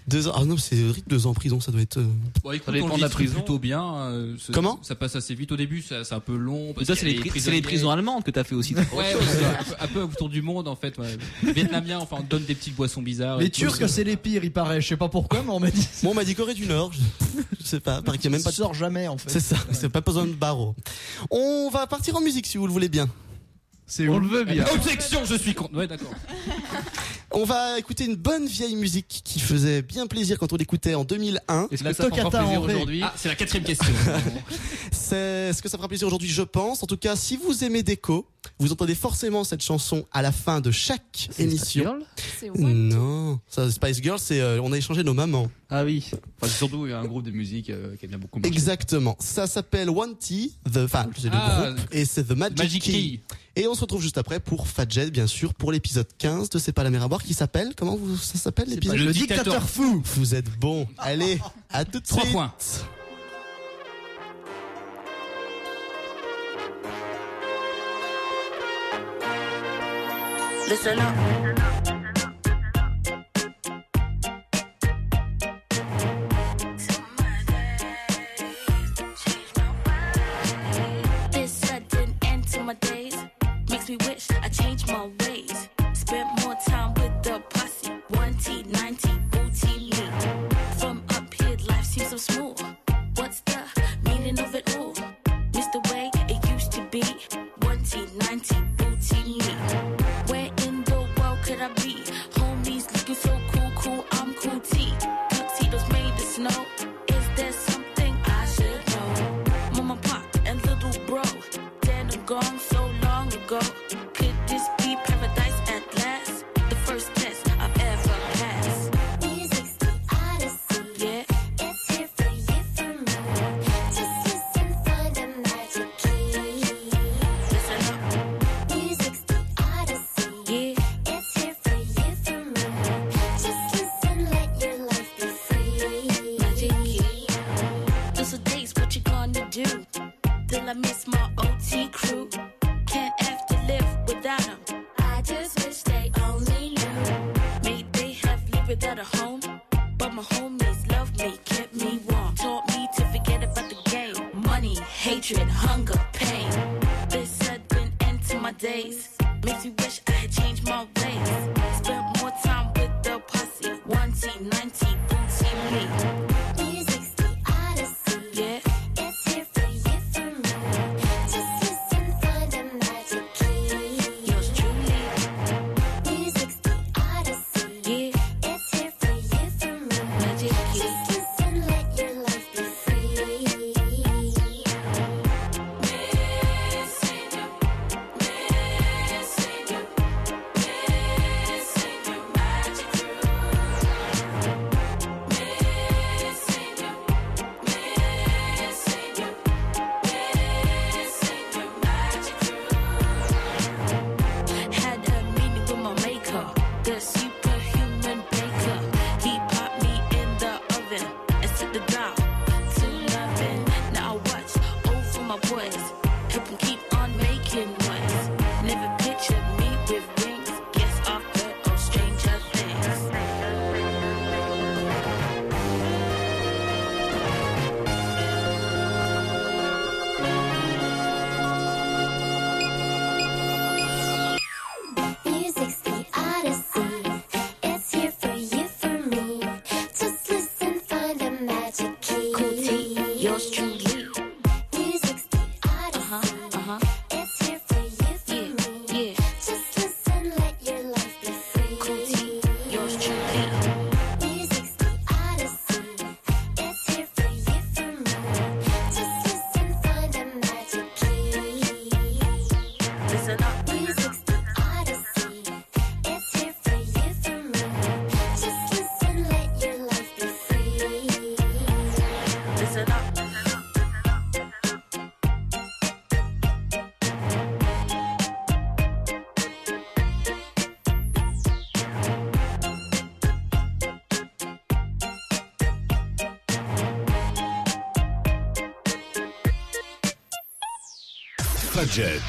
Speaker 5: Deux ans. Ah non, c'est horrible, deux ans en prison, ça doit être. euh,
Speaker 1: Bon, écoute,
Speaker 10: Ça dépend
Speaker 1: on le
Speaker 10: de la
Speaker 1: vit très-
Speaker 10: prison.
Speaker 1: plutôt bien. euh, c'est-
Speaker 5: Comment
Speaker 1: Ça passe assez vite au début, ça- c'est un peu long. parce
Speaker 10: Ça,
Speaker 1: qu'il
Speaker 10: c'est
Speaker 1: y a
Speaker 10: les,
Speaker 1: des
Speaker 10: pri- c'est les prisons allemandes que t'as fait aussi.
Speaker 1: Ouais, ouais, c'est un, peu, un peu autour du monde en fait. Ouais. Vietnamiens, enfin, on donne des petites boissons bizarres.
Speaker 3: Les
Speaker 1: et tout.
Speaker 3: Turcs, c'est les pires, il paraît. Je sais pas pourquoi, mais on m'a dit.
Speaker 5: Moi, on m'a dit Corée du Nord. Je, je sais pas. Parce qu'il y a même pas de
Speaker 3: sort jamais en fait.
Speaker 5: C'est ça, c'est pas besoin de barreaux. On va partir en musique si vous le voulez bien.
Speaker 3: C'est
Speaker 8: On
Speaker 3: où
Speaker 8: le veut bien.
Speaker 1: Objection, je suis contre. Ouais, d'accord.
Speaker 5: On va écouter une bonne vieille musique qui faisait bien plaisir quand on l'écoutait en 2001.
Speaker 10: Est-ce
Speaker 3: La
Speaker 10: que ça fait encore
Speaker 3: toccata
Speaker 10: plaisir
Speaker 3: en ré.
Speaker 10: aujourd'hui
Speaker 1: Ah, c'est la quatrième question.
Speaker 5: C'est ce que ça fera plaisir aujourd'hui, je pense. En tout cas, si vous aimez Déco, vous entendez forcément cette chanson à la fin de chaque
Speaker 10: C'est
Speaker 5: émission.
Speaker 10: Spiral
Speaker 9: C'est ouais.
Speaker 5: Non, ça, Spice Girl, c'est euh, on a échangé nos mamans.
Speaker 10: Ah oui.
Speaker 8: Enfin, c'est surtout un groupe de musique euh, qui aime bien beaucoup marché.
Speaker 5: Exactement. Ça s'appelle One T, the enfin, c'est le
Speaker 1: Ah,
Speaker 5: groupe et c'est The Magic,
Speaker 1: Magic
Speaker 5: Key.
Speaker 1: Key.
Speaker 5: Et on se retrouve juste après pour Fadjet, bien sûr, pour l'épisode 15 de C'est pas la mer à boire qui s'appelle comment vous, ça s'appelle l'épisode
Speaker 1: le dictateur
Speaker 5: fou. Vous êtes bon. Allez, à tout de
Speaker 1: Trois
Speaker 5: suite.
Speaker 1: points.
Speaker 11: Listen up. This sudden end to my days makes me wish I changed my ways. Spent more time with the posse. 1T, 90, booty me. From up here, life seems so smooth. What's the meaning of it all? Missed the way it used to be. 1T, 90, booty me. Where in the world could I be? Homies looking so cool, cool, I'm cool T. Tuxedos made of snow. Is there something I should know? Mama, pop, and little I miss my OT crew. Can't have to live without 'em. I just wish they only knew. May they have lived without a home. But my homies loved me, kept me warm. Taught me to forget about the game. Money, hatred, hunger, pain. This sudden end to my days. Makes me wish I had changed my ways. Spent more time with the posse. 1T, 90, booty me. Music's the odyssey. Yeah. It's here for you, for me. Just listen for the magic key. Yours truly. Music's the odyssey. Yeah. It's here for you, for me. Magic key. Just listen, let your life be free. Had a meeting with my maker, the superhuman baker. He popped me in the oven and set the dial to loving. Now I watch over my boys, help 'em keep on making noise. Never pictured me with wings, guess off the old Stranger Things. Music's the odyssey. It's here for you, for me. Just listen, find the magic key. Cool T, yours truly. Music's the odyssey. Uh-huh, It's here for you, for me. Yeah. Just listen, let your life be free. Cool T, yours truly. Music's the odyssey. It's here for you, for me. Just listen, find the magic key. Listen up. Music's the odyssey. It's here for you, for me. Just listen, let your life be free. Listen up.
Speaker 12: Fadjet.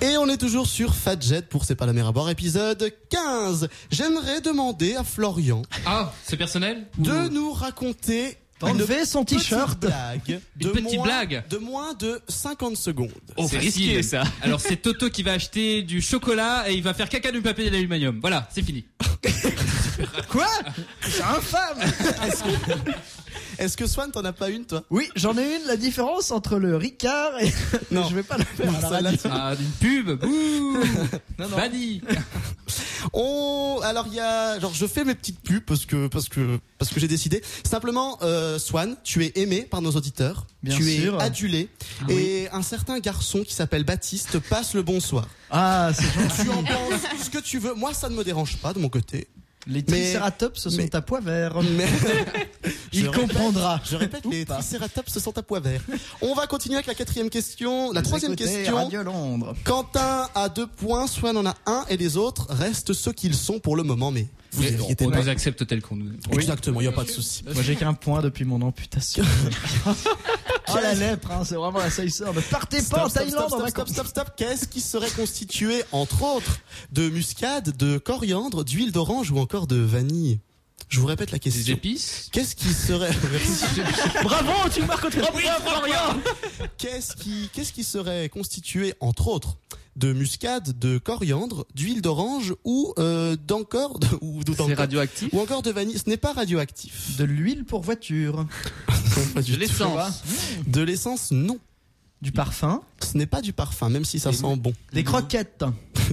Speaker 5: Et on est toujours sur Fadjet pour C'est pas la mer à boire, épisode 15. J'aimerais demander à Florian
Speaker 1: Ah, c'est personnel
Speaker 5: de nous raconter
Speaker 3: D'enlever
Speaker 5: une
Speaker 3: son
Speaker 5: petite
Speaker 3: t-shirt.
Speaker 5: blague de
Speaker 1: Une petite
Speaker 5: moins-
Speaker 1: blague.
Speaker 5: de moins de 50 secondes.
Speaker 1: c'est risqué ça. Alors c'est Toto qui va acheter du chocolat et il va faire caca du papier d'aluminium. Voilà, c'est fini.
Speaker 3: Quoi C'est infâme
Speaker 5: Est-ce que Swan, t'en as pas une, toi
Speaker 3: Oui, j'en ai une. La différence entre le Ricard et. Non, je vais pas la faire. à la radio.
Speaker 5: Celle-là,
Speaker 1: Ah, une pub Bouh Vanille
Speaker 5: On alors il y a genre je fais mes petites pubs parce que parce que parce que j'ai décidé. Simplement euh, Swan, tu es aimé par nos auditeurs,
Speaker 3: Bien
Speaker 5: tu
Speaker 3: sûr.
Speaker 5: es adulé et un certain garçon qui s'appelle Baptiste passe le bonsoir.
Speaker 3: Ah, c'est
Speaker 5: Tu en penses ce que tu veux. Moi ça ne me dérange pas de mon côté.
Speaker 3: Les
Speaker 5: Mais-
Speaker 3: triceratops se sont
Speaker 5: mais-
Speaker 3: à pois verts.
Speaker 5: Mais
Speaker 3: Il
Speaker 5: Je répète-
Speaker 3: comprendra.
Speaker 5: je répète, les tricératops se sentent à pois verts. On va continuer avec la quatrième question, la
Speaker 3: Vous
Speaker 5: troisième
Speaker 3: écoutez
Speaker 5: question.
Speaker 3: Radio Londres.
Speaker 5: Quentin a deux points, Swan en a un et les autres restent ceux qu'ils sont pour le moment. Mais vous
Speaker 1: Mais
Speaker 5: inquiétez
Speaker 1: On
Speaker 5: pas.
Speaker 1: nous accepte tel qu'on nous est.
Speaker 5: Exactement, il n'y a pas de souci.
Speaker 3: Moi j'ai qu'un point depuis mon amputation. oh la lèpre, hein, c'est vraiment la seule sœur. Ne partez pas en
Speaker 5: stop,
Speaker 3: Thaïlande
Speaker 5: stop,
Speaker 3: en
Speaker 5: stop,
Speaker 3: vacances.
Speaker 5: stop, stop. Qu'est-ce qui serait constitué, entre autres, de muscade, de coriandre, d'huile d'orange ou encore de vanille Je vous répète la
Speaker 1: Des
Speaker 5: question.
Speaker 1: épices
Speaker 5: Qu'est-ce qui serait Merci.
Speaker 10: Bravo, tu marques au trois points, Florian
Speaker 5: Qu'est-ce qui qu'est-ce qui serait constitué, entre autres, de muscade, de coriandre, d'huile d'orange ou euh, d'encore de- ou, ou d'encore-
Speaker 10: C'est radioactif
Speaker 5: ou encore de vanille Ce n'est pas radioactif.
Speaker 3: De l'huile pour voiture.
Speaker 5: Pas du
Speaker 10: De
Speaker 5: tout.
Speaker 10: l'essence.
Speaker 5: De l'essence, non.
Speaker 3: Du parfum.
Speaker 5: Ce n'est pas du parfum, même si ça sent bon.
Speaker 3: Des croquettes.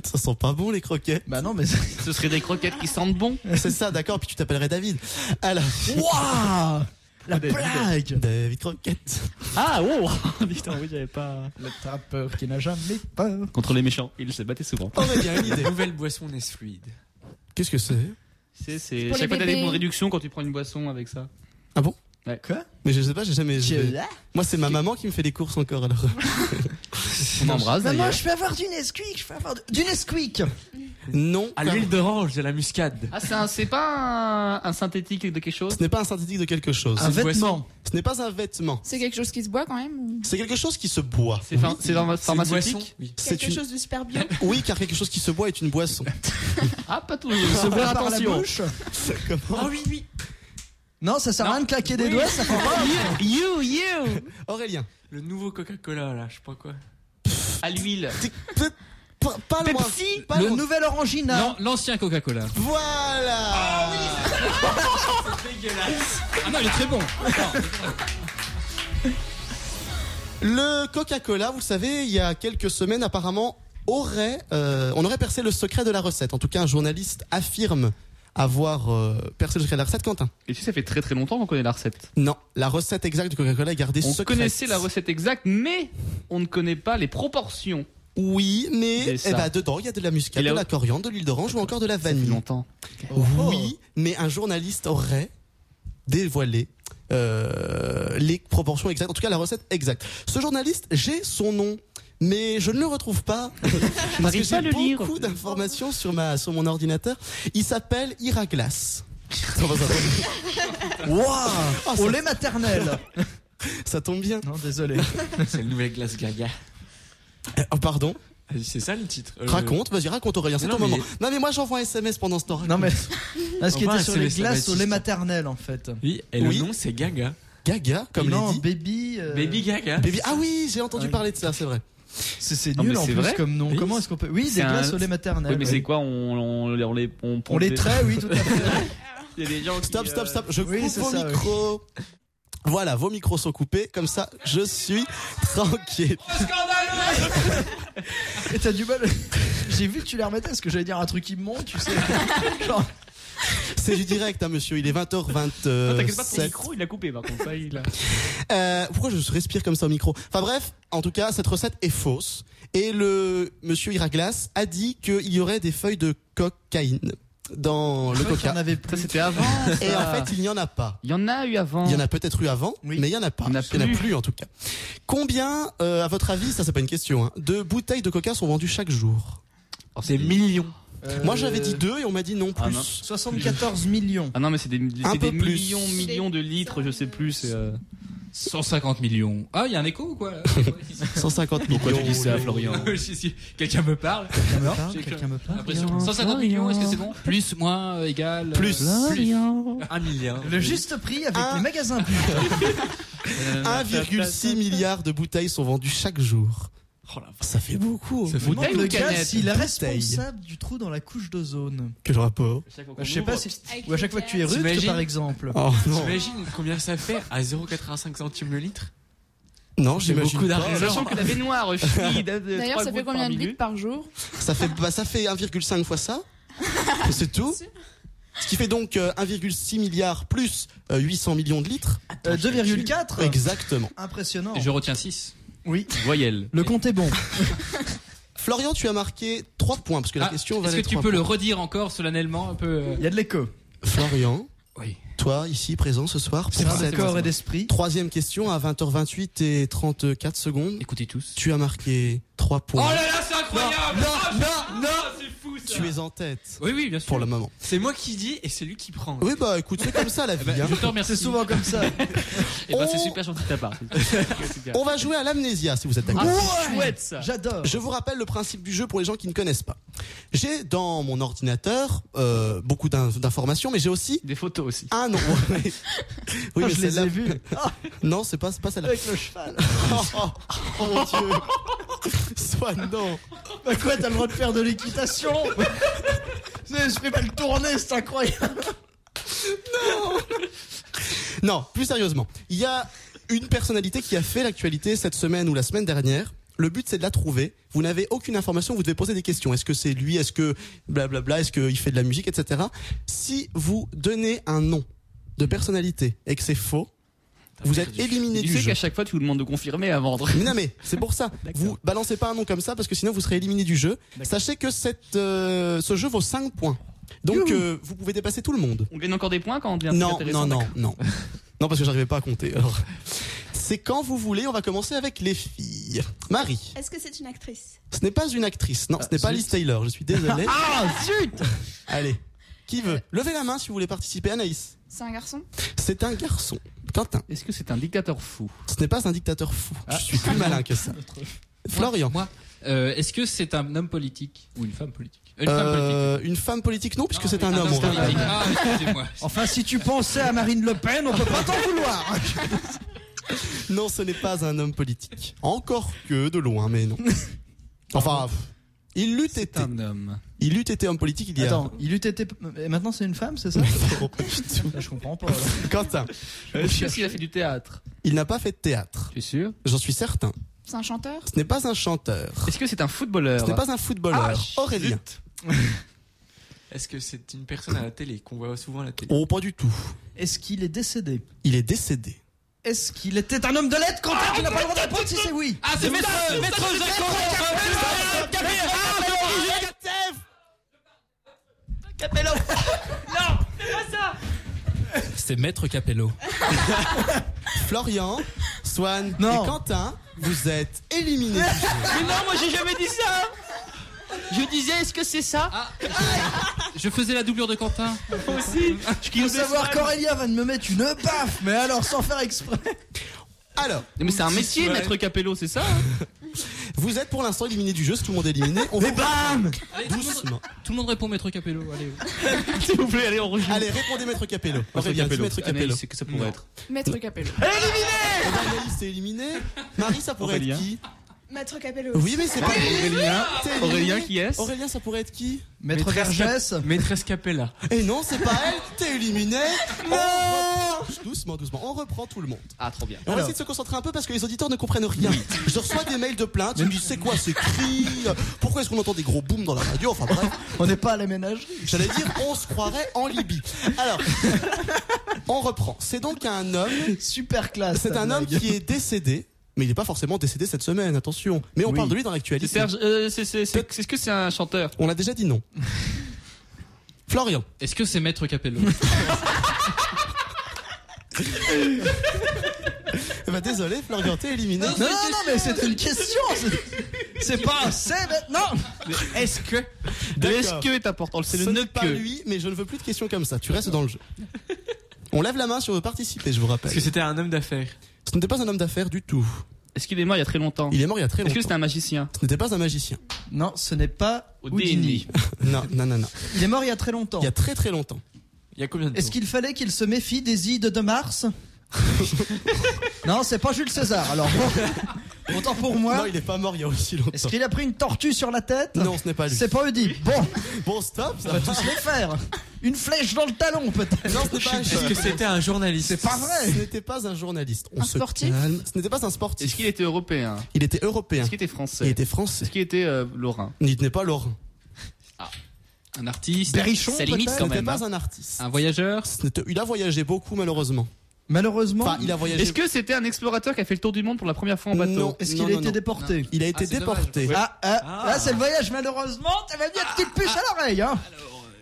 Speaker 5: Ça sent pas bon les croquets.
Speaker 3: Bah non mais c'est-
Speaker 10: Ce serait des croquettes qui sentent bon.
Speaker 5: C'est ça, d'accord. Puis tu t'appellerais David. Alors,
Speaker 3: Waouh La
Speaker 10: Des-
Speaker 3: blague
Speaker 5: David Croquette.
Speaker 10: Ah, oh Putain, oui, j'avais pas.
Speaker 3: Le trappeur qui n'a jamais peur.
Speaker 10: Contre les méchants, il se battait souvent.
Speaker 5: Aurélien, une idée.
Speaker 8: Nouvelle boisson Nest Fluide.
Speaker 5: Qu'est-ce que c'est
Speaker 10: C'est, c'est...
Speaker 9: pour
Speaker 10: Chaque
Speaker 9: les
Speaker 10: fois, t'as des
Speaker 9: bébés.
Speaker 10: réductions quand tu prends une boisson avec ça.
Speaker 5: Ah bon
Speaker 10: Ouais.
Speaker 3: Quoi
Speaker 5: Mais je sais pas, j'ai jamais. j'ai-
Speaker 3: là
Speaker 5: Moi, c'est ma maman qui me fait les courses encore alors.
Speaker 2: On embrasse
Speaker 9: Bah,
Speaker 3: Maman,
Speaker 2: d'ailleurs.
Speaker 3: je peux avoir du Nesquik, je peux avoir de- du Nesquik.
Speaker 5: Non.
Speaker 1: À l'huile d'orange, de la muscade.
Speaker 2: Ah, c'est un- c'est pas un, un synthétique de quelque chose
Speaker 5: Ce n'est pas un synthétique de quelque chose.
Speaker 3: Ah.
Speaker 2: Un C'est une vêtement. boisson.
Speaker 5: Ce n'est pas un vêtement.
Speaker 4: C'est quelque chose qui se boit quand même ou-
Speaker 5: C'est quelque chose qui se boit.
Speaker 2: C'est pharm- c'est pharma- C'est une pharmaceutique boisson
Speaker 5: Oui.
Speaker 4: Quelque chose de super bio
Speaker 5: Oui, car quelque chose qui se boit est une boisson.
Speaker 2: Ah, pas tout.
Speaker 5: Se boit par la bouche.
Speaker 3: Ah oui, oui. Non, ça sert à rien de claquer des
Speaker 1: Oui.
Speaker 3: doigts, ça fait pas.
Speaker 1: You, you
Speaker 5: Aurélien.
Speaker 1: Le nouveau Coca-Cola, là, je sais pas quoi.
Speaker 2: À l'huile.
Speaker 5: Pas, pas loin.
Speaker 3: Pepsi,
Speaker 5: pas
Speaker 3: le
Speaker 5: loin.
Speaker 3: nouvel Orangina.
Speaker 12: Non, L'ancien Coca-Cola.
Speaker 5: Voilà.
Speaker 12: Ah non, il est très bon.
Speaker 5: Le Coca-Cola, vous le savez, il y a quelques semaines, apparemment, aurait, euh, on aurait percé le secret de la recette. En tout cas, un journaliste affirme avoir euh, percé le secret de la recette. Quentin
Speaker 2: Et tu sais, ça fait très très longtemps qu'on connaît la recette.
Speaker 5: Non, la recette exacte du Coca-Cola est gardée
Speaker 2: On
Speaker 5: secrète.
Speaker 2: connaissait la recette exacte, mais on ne connaît pas les proportions.
Speaker 5: Oui, mais
Speaker 2: C'est ça.
Speaker 5: eh ben, dedans, il y a de la muscade,
Speaker 2: Et
Speaker 5: de
Speaker 2: là-
Speaker 5: la coriandre, de l'huile d'orange ou encore de la vanille.
Speaker 2: longtemps.
Speaker 5: Oui, mais un journaliste aurait dévoilé euh, les proportions exactes, en tout cas la recette exacte. Ce journaliste, j'ai son nom. Mais je ne le retrouve pas parce que
Speaker 2: N'arrive pas à
Speaker 5: j'ai
Speaker 2: le lire.
Speaker 5: beaucoup d'informations sur ma sur mon ordinateur. Il s'appelle Iraglas. Waouh
Speaker 3: Au lait maternel.
Speaker 5: Ça tombe bien.
Speaker 3: Oh, Non, désolé.
Speaker 1: C'est le nouvel glace Gaga.
Speaker 5: Oh, pardon.
Speaker 1: C'est ça le titre. Euh,
Speaker 5: Raconte, vas-y raconte Aurélien, c'est
Speaker 1: non,
Speaker 5: ton moment.
Speaker 1: mais-
Speaker 5: Non mais moi j'envoie un SMS pendant ce temps.
Speaker 3: Non mais
Speaker 5: raconte.
Speaker 3: Ah, ce qui
Speaker 1: Au revoir,
Speaker 3: était sur les
Speaker 1: SMS,
Speaker 3: glaces au
Speaker 1: Baptiste.
Speaker 3: lait maternel en fait.
Speaker 1: Oui, et le
Speaker 5: Oui.
Speaker 1: nom, c'est Gaga.
Speaker 5: Gaga comme
Speaker 3: non,
Speaker 5: l'a dit.
Speaker 3: baby. euh,
Speaker 1: Baby Gaga.
Speaker 5: Baby- Ah oui, j'ai entendu
Speaker 3: oui.
Speaker 5: parler de ça, c'est vrai.
Speaker 3: C'est c'est
Speaker 2: Ah,
Speaker 3: nul
Speaker 2: mais
Speaker 3: en
Speaker 2: c'est
Speaker 3: plus
Speaker 2: vrai
Speaker 3: comme nom.
Speaker 1: Oui.
Speaker 3: Comment est-ce qu'on peut Oui, des
Speaker 2: C'est un-
Speaker 3: glaces au lait maternel.
Speaker 2: Oui, mais
Speaker 3: oui.
Speaker 2: c'est quoi on, on, on les on,
Speaker 3: On les
Speaker 2: des-
Speaker 3: traits, oui, tout à fait.
Speaker 2: Il y a des gens qui,
Speaker 5: Stop, stop,
Speaker 2: euh,
Speaker 5: stop. Je
Speaker 3: oui,
Speaker 5: coupe
Speaker 3: c'est
Speaker 5: vos
Speaker 3: ça, oui.
Speaker 5: micros. Voilà, vos micros sont coupés. Comme ça, je suis tranquille.
Speaker 3: Et t'as du mal. J'ai vu que tu les remettais parce que j'allais dire un truc immonde, tu sais. Genre,
Speaker 5: C'est du direct, hein, monsieur. Il est 20h27.
Speaker 2: Non, Ah, T'inquiète pas, ton micro il l'a coupé par contre. Ça, il a-
Speaker 5: Euh, pourquoi je respire comme ça au micro Enfin bref, en tout cas, cette recette est fausse. Et le monsieur Iraglas a dit qu'il y aurait des feuilles de cocaïne dans le
Speaker 3: je crois qu'il y en
Speaker 5: coca.
Speaker 3: avait
Speaker 2: Ça
Speaker 3: plus. Ah,
Speaker 2: c'était avant.
Speaker 5: Et en
Speaker 2: ça.
Speaker 5: fait, il n'y en a pas.
Speaker 2: il y en a eu avant.
Speaker 5: Il y en a peut-être eu avant,
Speaker 3: Oui.
Speaker 5: mais il y en a pas.
Speaker 2: Il y en a
Speaker 5: en a
Speaker 2: plus.
Speaker 5: plus en tout cas. Combien, euh, à votre avis, ça c'est pas une question, hein, de bouteilles de coca sont vendues chaque jour
Speaker 2: Oh,
Speaker 1: C'est millions.
Speaker 3: Euh,
Speaker 5: Moi j'avais dit deux et on m'a dit non plus.
Speaker 2: Ah, non.
Speaker 3: 74 millions.
Speaker 2: Ah non, mais c'est des, c'est
Speaker 5: Un
Speaker 2: des
Speaker 5: peu plus.
Speaker 2: millions, millions de litres, je sais plus. c'est, euh,
Speaker 12: 150 millions. Ah, il y a un écho ou quoi là
Speaker 5: 150 millions.
Speaker 2: Pourquoi tu dis ça, Florian
Speaker 12: Si, si. Quelqu'un me parle.
Speaker 3: Quelqu'un me parle,
Speaker 12: J'ai
Speaker 3: quelqu'un me parle.
Speaker 12: l'impression. 150 millions, est-ce que c'est bon Plus, moins, euh, égal. euh,
Speaker 5: Plus.
Speaker 12: plus.
Speaker 1: Un milliard.
Speaker 3: Le juste prix avec
Speaker 5: Un-
Speaker 3: les magasins plus.
Speaker 5: 1,6 milliard de bouteilles sont vendues chaque jour. Ça fait beaucoup.
Speaker 1: Ça fait
Speaker 2: Bouteille
Speaker 3: le
Speaker 2: ou
Speaker 3: gars,
Speaker 2: canette
Speaker 3: s'il est
Speaker 5: Bouteille.
Speaker 3: responsable du trou dans la couche d'ozone.
Speaker 5: Quel rapport
Speaker 3: Bah, je sais pas si.
Speaker 13: Avec
Speaker 3: Ou à
Speaker 13: les
Speaker 3: chaque fois que tu es
Speaker 13: glaces.
Speaker 3: rude,
Speaker 1: T'imagines
Speaker 3: par exemple.
Speaker 5: Oh non,
Speaker 1: T'imagines combien ça fait à 0,85 centimes le litre
Speaker 5: non j'imagine
Speaker 1: beaucoup
Speaker 5: pas.
Speaker 1: d'argent.
Speaker 2: Sachant que la baignoire chie
Speaker 4: D'ailleurs, ça fait combien de litres par jour
Speaker 5: Ça fait, bah, ça fait 1,5 fois ça. C'est tout. Ce qui fait donc euh, 1,6 milliard plus euh, 800 millions de litres.
Speaker 3: Euh, 2,4
Speaker 5: Exactement.
Speaker 3: Impressionnant.
Speaker 12: Je retiens 6.
Speaker 3: Oui.
Speaker 2: Voyelle.
Speaker 3: Le compte est bon.
Speaker 5: Florian, tu as marqué 3 points parce que la question
Speaker 12: Ah, Est-ce
Speaker 5: valait
Speaker 12: que tu
Speaker 5: 3
Speaker 12: peux le
Speaker 5: points.
Speaker 12: redire encore solennellement un peu euh,
Speaker 3: Il y a de l'écho.
Speaker 5: Florian,
Speaker 12: Oui.
Speaker 5: toi ici présent ce soir
Speaker 3: C'est
Speaker 5: pour cette
Speaker 3: corps et d'esprit.
Speaker 5: troisième question à 20h28 et 34 secondes.
Speaker 12: Écoutez tous.
Speaker 5: Tu as marqué 3
Speaker 1: Oh
Speaker 5: points.
Speaker 2: Oh
Speaker 12: là, c'est incroyable
Speaker 5: non, non, non,
Speaker 12: C'est fou ça
Speaker 5: Tu es en tête
Speaker 12: Oui, oui, bien sûr.
Speaker 5: pour le moment.
Speaker 1: C'est moi qui dis et c'est lui qui prend.
Speaker 5: Oui, bah écoute, c'est comme ça la
Speaker 12: Eh ben,
Speaker 5: vie. hein.
Speaker 12: je te remercie.
Speaker 3: Ah, C'est souvent comme ça.
Speaker 2: Et ben, c'est
Speaker 5: On-
Speaker 2: super gentil de ta part. C'est super.
Speaker 5: On va jouer à l'amnésia si vous êtes d'accord.
Speaker 2: Ah, c'est chouette ça.
Speaker 3: J'adore.
Speaker 5: Je vous rappelle le principe du jeu pour les gens qui ne connaissent pas. J'ai dans mon ordinateur euh, beaucoup d'in- d'informations, mais j'ai aussi
Speaker 2: Des photos aussi.
Speaker 5: un nom. Oui,
Speaker 3: Ah,
Speaker 5: mais
Speaker 3: je les
Speaker 5: celle-là-
Speaker 3: ai vus
Speaker 5: Non, c'est pas, c'est pas celle-là.
Speaker 3: avec le cheval.
Speaker 5: Oh, oh, oh, mon dieu. Soit non.
Speaker 3: Bah quoi, t'as le droit de faire de l'équitation C'est- Je fais pas le tourner, c'est incroyable.
Speaker 5: Non, plus sérieusement. Il y a une personnalité qui a fait l'actualité cette semaine ou la semaine dernière. Le but, c'est de la trouver. Vous n'avez aucune information, vous devez poser des questions. Est-ce que c'est lui Est-ce que blablabla Est-ce qu'il fait de la musique, etc. Si vous donnez un nom de personnalité et que c'est faux, vous êtes éliminé
Speaker 2: Et
Speaker 5: du
Speaker 2: tu sais
Speaker 5: jeu.
Speaker 2: qu'à chaque fois, tu nous demandes de confirmer avant de.
Speaker 5: Mais non mais c'est pour ça. Vous balancez pas un nom comme ça parce que sinon vous serez éliminé du jeu. Sachez que cette, euh, ce jeu vaut 5 points. Donc euh, vous pouvez dépasser tout le monde.
Speaker 2: On gagne encore des points quand on dit un truc
Speaker 5: Non,
Speaker 2: intéressant,
Speaker 5: non, non,
Speaker 2: d'accord.
Speaker 5: non. Non, parce que j'arrivais pas à compter. Alors, c'est quand vous voulez, on va commencer avec les filles. fille. Marie.
Speaker 4: Est-ce que c'est une actrice
Speaker 5: Ce n'est pas une actrice. Non, ce n'est pas Alice Taylor. Je suis désolé.
Speaker 4: Ah,
Speaker 5: zut Allez. Qui veut Levez la main si vous voulez participer. Anaïs.
Speaker 9: C'est un garçon
Speaker 5: C'est un garçon. Quentin.
Speaker 8: Est-ce que c'est un dictateur fou
Speaker 5: Ce n'est pas un dictateur fou. Je suis plus malin que ça. Florian.
Speaker 1: Moi. Euh, Est-ce que c'est un homme politique ou une femme politique Une femme politique.
Speaker 5: Euh, une femme politique, non, puisque c'est un, homme.
Speaker 1: homme
Speaker 5: on rappelle.
Speaker 1: politique. Ah, excusez-moi.
Speaker 3: Enfin, si tu pensais à Marine Le Pen, on peut pas t'en vouloir.
Speaker 5: Non, ce n'est pas un homme politique. Encore que de loin, mais non. Enfin, il eût été. un
Speaker 8: homme.
Speaker 5: Il eût été homme politique il y a.
Speaker 3: Attends, il eût été. Et maintenant, c'est une femme, c'est ça Là, je comprends pas. alors.
Speaker 5: Quentin.
Speaker 8: Je sais s'il a fait du théâtre.
Speaker 5: Il n'a pas fait de théâtre.
Speaker 8: Tu es sûr
Speaker 5: J'en suis certain.
Speaker 9: C'est un chanteur
Speaker 5: Ce n'est pas un chanteur.
Speaker 8: Est-ce que c'est un footballeur
Speaker 5: Ce n'est pas un footballeur. Aurélien.
Speaker 12: Est-ce que c'est une personne à la télé qu'on voit souvent à la télé
Speaker 5: Oh, pas du tout.
Speaker 3: Est-ce qu'il est décédé
Speaker 5: Il est décédé.
Speaker 3: Est-ce qu'il était un homme de lettres Quentin, tu n'as pas le droit de répondre si c'est oui.
Speaker 1: Ah, c'est Maître Maître Jacques
Speaker 3: Capello.
Speaker 1: C'est Maître Capello.
Speaker 5: Florian, Swan et Quentin, vous êtes éliminés.
Speaker 2: Mais non, moi j'ai jamais dit ça Je disais, est-ce que c'est ça
Speaker 1: Je faisais la doublure de Quentin.
Speaker 2: Moi aussi
Speaker 3: Il faut savoir qu'Aurélien va me mettre une baffe, mais alors sans faire exprès.
Speaker 5: Alors,
Speaker 8: Mais c'est un métier,
Speaker 2: Ouais.
Speaker 8: maître Capello, c'est ça
Speaker 2: hein
Speaker 5: vous êtes pour l'instant éliminés du jeu, si tout le monde est éliminé. On
Speaker 3: Mais
Speaker 5: vous-
Speaker 3: bam
Speaker 1: Allez, tout, le monde,
Speaker 5: doucement.
Speaker 1: tout le monde répond Maître Capello. Allez.
Speaker 8: S'il vous plaît, allez, on rejoue.
Speaker 5: Allez, répondez Maître Capello. Aurélien, dis Maître Capello.
Speaker 8: C'est que ça pourrait être.
Speaker 9: Maître Capello.
Speaker 5: Eh ben, Anaïs, c'est éliminé. Marie, ça pourrait
Speaker 10: Aurélien.
Speaker 5: être qui
Speaker 4: Maître Capello.
Speaker 5: Oui, mais c'est pas
Speaker 8: Aurélien.
Speaker 5: T'es éliminé.
Speaker 8: Ah, Aurélien, qui est-ce
Speaker 5: Aurélien, ça pourrait être qui
Speaker 3: Maître Vergès.
Speaker 12: Maîtresse Capella.
Speaker 5: Et non, c'est pas elle. T'es éliminé. Non Doucement, doucement. On reprend tout le monde.
Speaker 8: Ah, trop bien.
Speaker 5: Et on va essayer de se concentrer un peu parce que les auditeurs ne comprennent rien. Je reçois des mails de plainte. Je me dis, c'est quoi ces cris Pourquoi est-ce qu'on entend des gros booms dans la radio Enfin bref,
Speaker 3: On n'est pas à la ménagerie.
Speaker 5: j'allais dire, on se croirait en Libye. Alors, on reprend. C'est donc un homme.
Speaker 3: Super classe.
Speaker 5: C'est
Speaker 3: ta
Speaker 5: un homme
Speaker 3: blague.
Speaker 5: qui est décédé. Mais il n'est pas forcément décédé cette semaine, attention. Mais on
Speaker 3: Oui.
Speaker 5: parle de lui dans
Speaker 8: C'est
Speaker 5: l'actualité.
Speaker 8: Serge. euh, c'est- c'est- c'est- Est-ce que c'est un chanteur
Speaker 5: On l'a déjà dit non. Florian.
Speaker 1: Est-ce que c'est Maître Capello
Speaker 5: Eh ben, désolé, Florian, t'es éliminé.
Speaker 3: Non, non, non, mais c'était une question. c'est- C'est pas un c'est maintenant.
Speaker 8: Est-ce que
Speaker 5: D'accord.
Speaker 8: Est-ce que est important C'est
Speaker 5: Ce
Speaker 8: le
Speaker 5: n'est
Speaker 8: ne
Speaker 5: pas
Speaker 8: que.
Speaker 5: lui, mais je ne veux plus de questions comme ça. Tu restes dans le jeu. On lève la main si on veut participer, je vous rappelle.
Speaker 12: Est-ce que c'était un homme d'affaires
Speaker 5: Ce n'était pas un homme d'affaires du tout.
Speaker 8: Est-ce qu'il est mort il y a très longtemps
Speaker 5: Il est mort il y a très
Speaker 8: Est-ce
Speaker 5: longtemps.
Speaker 8: que c'est un magicien
Speaker 5: Ce n'était pas un magicien.
Speaker 3: Non, ce n'est pas
Speaker 8: Houdini.
Speaker 3: Houdini.
Speaker 5: Non, non, non, non.
Speaker 3: Il est mort il y a très longtemps.
Speaker 5: Il y a très très longtemps.
Speaker 12: Il y a combien de
Speaker 3: Est-ce
Speaker 12: temps
Speaker 3: qu'il fallait qu'il se méfie des ides de Mars Non, c'est pas Jules César. Alors, bon, autant pour
Speaker 5: non,
Speaker 3: moi.
Speaker 5: il est pas mort il y a aussi longtemps.
Speaker 3: Est-ce qu'il a pris une tortue sur la tête
Speaker 5: Non, ce n'est pas lui.
Speaker 3: C'est pas Eudipe. Bon,
Speaker 5: Bon, stop, ça
Speaker 3: on va
Speaker 5: va.
Speaker 3: tous les faire. Une flèche dans le talon, peut-être.
Speaker 5: Non, ce n'est pas un
Speaker 12: Est-ce que c'était un journaliste
Speaker 3: C'est pas vrai.
Speaker 5: Ce n'était pas un journaliste. On
Speaker 9: Un
Speaker 5: se
Speaker 9: sportif
Speaker 5: calme. Ce n'était pas un
Speaker 8: Est-ce
Speaker 5: sportif.
Speaker 8: qu'il était européen
Speaker 5: Il était européen.
Speaker 8: Est-ce qu'il était
Speaker 5: Il
Speaker 8: français
Speaker 5: était français.
Speaker 8: Est-ce qu'il était euh, lorrain
Speaker 5: Il n'est pas lorrain.
Speaker 1: Un artiste
Speaker 3: Berrichon,
Speaker 1: Ça limite
Speaker 3: peut-être
Speaker 5: Ce
Speaker 1: quand
Speaker 5: n'était
Speaker 1: même. hein.
Speaker 5: pas un artiste.
Speaker 1: Un voyageur
Speaker 5: Ce n'était- Il a voyagé beaucoup malheureusement.
Speaker 3: Malheureusement,
Speaker 5: Enfin, il a voyagé.
Speaker 8: Est-ce que c'était un explorateur qui a fait le tour du monde pour la première fois en bateau
Speaker 5: Non.
Speaker 3: est-ce qu'il
Speaker 5: non,
Speaker 3: a été
Speaker 5: non.
Speaker 3: déporté
Speaker 5: Il a été
Speaker 1: Ah, c'est
Speaker 5: déporté.
Speaker 3: Ah, ah,
Speaker 12: Ah.
Speaker 3: là, c'est le voyage, malheureusement. T'avais bien une petite puce à l'oreille, hein.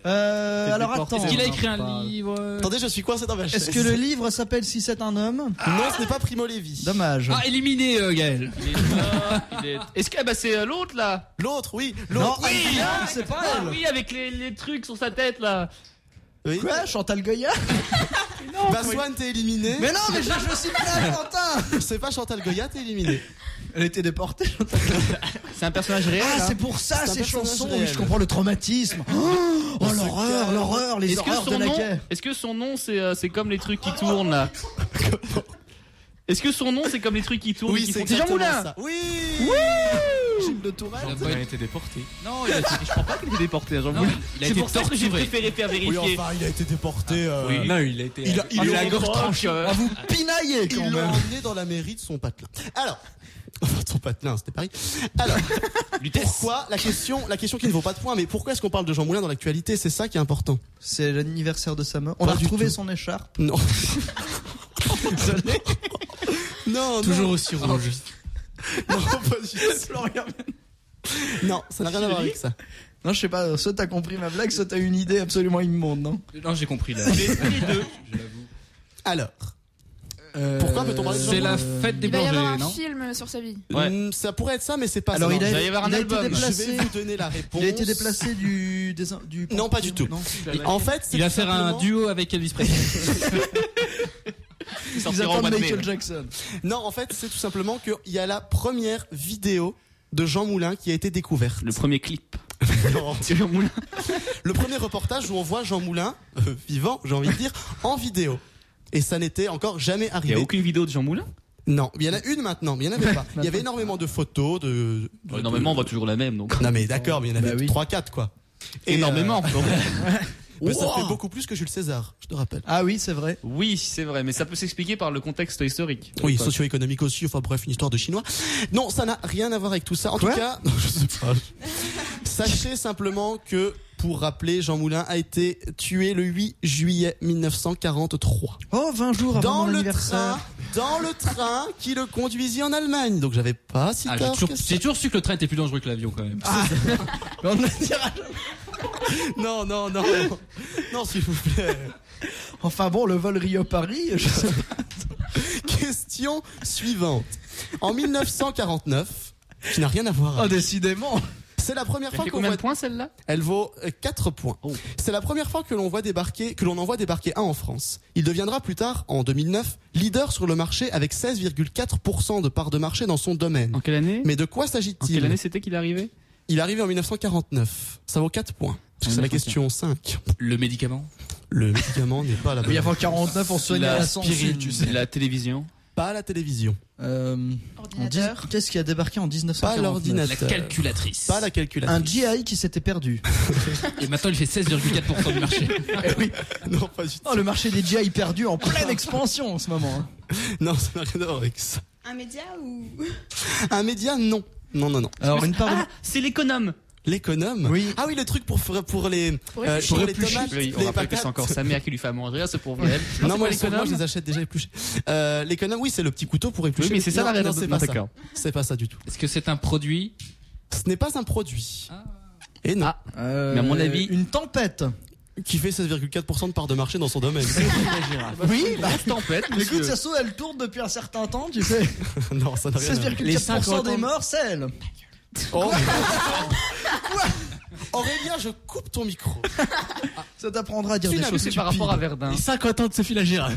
Speaker 3: Euh,
Speaker 8: t'es
Speaker 3: alors,
Speaker 8: déporté.
Speaker 3: attends.
Speaker 1: Est-ce qu'il a écrit
Speaker 8: Pas-
Speaker 1: un livre
Speaker 5: Attendez, je suis coincé dans ma chaise.
Speaker 3: Est-ce que le livre s'appelle Si c'est un homme Ah,
Speaker 5: Non, ce n'est pas Primo Levi.
Speaker 3: Dommage.
Speaker 1: Ah, éliminé euh, Gaël.
Speaker 8: Il est mort, il est- Est-ce que ah bah c'est euh, l'autre là
Speaker 5: L'autre, oui.
Speaker 3: non,
Speaker 5: L'autre.
Speaker 3: Adrien, c'est pas
Speaker 8: Ah
Speaker 3: elle.
Speaker 8: oui, avec les, les trucs sur sa tête là.
Speaker 5: Oui.
Speaker 3: Quoi, Chantal Goya
Speaker 5: Bah, Swan, t'es éliminé.
Speaker 3: Mais non, mais je, je suis plein, Quentin
Speaker 5: C'est pas Chantal Goya, t'es éliminé.
Speaker 3: Elle a été déportée.
Speaker 8: C'est un personnage réel.
Speaker 3: Ah,
Speaker 8: hein
Speaker 3: c'est pour ça
Speaker 5: C'est un
Speaker 3: ces
Speaker 5: personnage
Speaker 3: chansons.
Speaker 5: réel.
Speaker 3: Oui, je comprends le traumatisme. Oh,
Speaker 5: On se
Speaker 3: l'horreur,
Speaker 5: calme.
Speaker 3: l'horreur, les
Speaker 8: Est-ce que
Speaker 3: horreurs de
Speaker 8: son
Speaker 3: la
Speaker 8: nom
Speaker 3: guerre.
Speaker 8: Est-ce que son nom c'est euh, c'est comme les trucs qui tournent là Est-ce que son nom c'est comme les trucs qui tournent et qui font- C'est Jean
Speaker 5: exactement
Speaker 8: Moulin
Speaker 5: ça. Oui.
Speaker 3: Gilles de Tourelle.
Speaker 1: Il a pas été-
Speaker 12: été déporté.
Speaker 2: Oh,
Speaker 1: Non, il a été-
Speaker 8: Je crois pas qu'il était déporté
Speaker 2: hein,
Speaker 8: à Jean
Speaker 1: non,
Speaker 8: Moulin.
Speaker 1: il a
Speaker 8: C'est
Speaker 1: été
Speaker 8: pour ça que j'ai
Speaker 1: torturé.
Speaker 8: préféré faire
Speaker 5: Oui,
Speaker 8: vérifier.
Speaker 5: enfin, Ah, il a été déporté. euh,
Speaker 12: Non, il a été.
Speaker 5: Il a, il
Speaker 8: Ah,
Speaker 5: l'ont-
Speaker 8: la gorge
Speaker 5: ils
Speaker 8: tranchée,
Speaker 3: On
Speaker 8: euh.
Speaker 3: va vous pinailler quand
Speaker 5: l'ont
Speaker 3: même.
Speaker 5: emmené dans la mairie de son patelin. Alors. Enfin, de son patelin, c'était Paris. Alors, pourquoi la question, la question qui ne vaut pas de points, mais pourquoi est-ce qu'on parle de Jean Moulin dans l'actualité C'est ça qui est important.
Speaker 3: C'est l'anniversaire de sa mort. On
Speaker 5: Pas
Speaker 3: a
Speaker 5: du
Speaker 3: retrouvé
Speaker 5: tout.
Speaker 3: son écharpe.
Speaker 5: Non. non, non.
Speaker 12: aussi rouge.
Speaker 5: Non, pas du tout. Non, ça n'a rien à voir avec ça.
Speaker 3: Non, je sais pas, soit t'as compris ma blague, soit t'as une idée hein. absolument immonde, non
Speaker 1: Non, j'ai compris là.
Speaker 5: Alors, Pourquoi peut-on parler de
Speaker 14: C'est la
Speaker 1: Euh,
Speaker 5: jambon
Speaker 14: fête des
Speaker 9: Il va y
Speaker 14: Borgés,
Speaker 9: avoir un
Speaker 14: non
Speaker 9: film sur sa vie.
Speaker 5: Mm, Ça pourrait être ça, mais c'est pas
Speaker 14: Alors,
Speaker 5: ça.
Speaker 14: il a- Il va y avoir un il a été album.
Speaker 5: Je
Speaker 14: déplacé.
Speaker 5: vais vous donner la réponse.
Speaker 3: Il a été déplacé du. des- du
Speaker 5: Non, pas du tout. En fait, c'est
Speaker 1: il va
Speaker 5: tout
Speaker 1: faire un
Speaker 5: simplement-
Speaker 1: duo avec Elvis Presley.
Speaker 5: Ils
Speaker 1: sortira au
Speaker 5: attendent
Speaker 1: mois de mai,
Speaker 5: Michael
Speaker 1: ouais.
Speaker 5: Jackson. Non, en fait, c'est tout simplement qu'il y a la première vidéo de Jean Moulin qui a été découverte. Le premier clip. Jean Moulin. Le premier reportage où on voit Jean Moulin, euh, vivant, j'ai envie de dire, en vidéo. Et ça n'était encore jamais arrivé.
Speaker 10: Il n'y a aucune vidéo de Jean Moulin
Speaker 5: Non, il y en a une maintenant, mais il n'y en avait pas. Il y avait énormément de photos, de. de-
Speaker 10: Énormément, on voit toujours la même. Donc.
Speaker 5: Non mais d'accord, mais il y en avait 3-4 quoi. Et,
Speaker 10: Énormément.
Speaker 5: euh, mais ça
Speaker 10: Wow.
Speaker 5: fait beaucoup plus que Jules César, je te rappelle.
Speaker 3: Ah oui, c'est vrai.
Speaker 10: Oui, c'est vrai, mais ça peut s'expliquer par le contexte historique.
Speaker 5: Oui, socio-économique aussi, enfin bref, une histoire de chinois. Non, ça n'a rien à voir avec tout ça. En
Speaker 10: Quoi
Speaker 5: tout cas, non, je sais pas. Sachez simplement que, pour rappeler, Jean Moulin a été tué le 8 juillet 1943.
Speaker 3: Oh, 20 jours avant
Speaker 5: dans
Speaker 3: mon
Speaker 5: le
Speaker 3: anniversaire.
Speaker 5: train, dans le train qui le conduisit en Allemagne. Donc j'avais pas si
Speaker 1: Ah, j'ai
Speaker 5: tort
Speaker 1: toujours,
Speaker 5: que ça.
Speaker 1: j'ai toujours su que le train était plus dangereux que l'avion quand
Speaker 10: Ah,
Speaker 1: même.
Speaker 5: Mais on ne le dira jamais. Non, non, non. Non, s'il vous plaît.
Speaker 3: Enfin bon, le vol Rio-Paris, je sais pas.
Speaker 5: Question suivante. En 1949, qui n'a rien à voir. Oh,
Speaker 3: décidément.
Speaker 5: C'est la première
Speaker 8: Elle
Speaker 5: fois
Speaker 8: fait
Speaker 5: qu'on
Speaker 8: combien
Speaker 5: voit.
Speaker 8: de points celle-là
Speaker 5: Elle vaut 4 points.
Speaker 10: Oh.
Speaker 5: C'est la première fois que l'on voit débarquer, que l'on en voit débarquer un en France. Il deviendra plus tard, en 2009, leader sur le marché avec 16,4% de part de marché dans son domaine. En
Speaker 10: quelle année
Speaker 5: Mais de quoi s'agit-il
Speaker 10: En quelle année c'était qu'il est arrivé
Speaker 5: Il est arrivé en 1949. Ça vaut 4 points. Parce que c'est la question 5.
Speaker 1: Le médicament
Speaker 5: Le médicament n'est pas la bonne
Speaker 3: Oui, avant 49, on se soignait à la
Speaker 10: spirine,
Speaker 3: sangsue, tu sais.
Speaker 10: La télévision.
Speaker 5: Pas la télévision.
Speaker 3: Euh, en dix- Qu'est-ce qui a débarqué en 1949
Speaker 5: Pas l'ordinateur.
Speaker 1: La calculatrice.
Speaker 5: Pas la calculatrice.
Speaker 3: Un GI qui s'était perdu.
Speaker 1: Et maintenant il fait 16,4% du marché.
Speaker 5: Non, pas du tout.
Speaker 3: Oh, le marché des GI perdus en pleine expansion en ce moment. hein.
Speaker 5: Non, ça n'a rien à voir avec ça.
Speaker 4: Un média ou
Speaker 5: Un média, non. Non, non, non.
Speaker 3: Alors, une part
Speaker 10: Ah, c'est l'économe.
Speaker 5: L'économe
Speaker 3: Oui.
Speaker 5: Ah oui, le truc pour, pour les,
Speaker 10: Pour
Speaker 5: euh, pour les tomates,
Speaker 10: Oui, on
Speaker 5: les
Speaker 10: rappelle que
Speaker 5: patates.
Speaker 10: c'est encore sa mère qui lui fait à manger à ce pauvre elle.
Speaker 5: Non, moi,
Speaker 10: c'est
Speaker 5: les
Speaker 10: pas
Speaker 5: moi je les achète déjà épluchés. Euh, l'économe, oui, c'est le petit couteau pour éplucher.
Speaker 10: Oui, mais c'est ça
Speaker 5: Non,
Speaker 10: la raison
Speaker 5: non,
Speaker 10: de-
Speaker 5: c'est
Speaker 10: non,
Speaker 5: pas ça.
Speaker 10: d'accord.
Speaker 5: C'est pas ça du tout.
Speaker 1: Est-ce que c'est un produit
Speaker 5: Ce n'est pas un produit.
Speaker 10: Ah.
Speaker 5: Et non.
Speaker 3: Euh, Mais à mon avis- Une tempête.
Speaker 5: Qui fait 16,4% de part de marché dans son domaine. Ah.
Speaker 3: Oui, bah,
Speaker 5: grosse tempête, monsieur.
Speaker 3: Écoute, sa sauce, elle tourne depuis un certain temps, tu sais.
Speaker 5: non, ça n'a rien à voir.
Speaker 3: 16,4% des morts, c'est elle.
Speaker 5: Oh. Aurélien, je coupe ton micro.
Speaker 3: Ça t'apprendra à dire
Speaker 5: Tu
Speaker 3: des
Speaker 5: l'avais
Speaker 3: choses
Speaker 5: fait
Speaker 3: stupides.
Speaker 5: par rapport à Verdun. Les
Speaker 3: 50 ans de Sophie la girafe.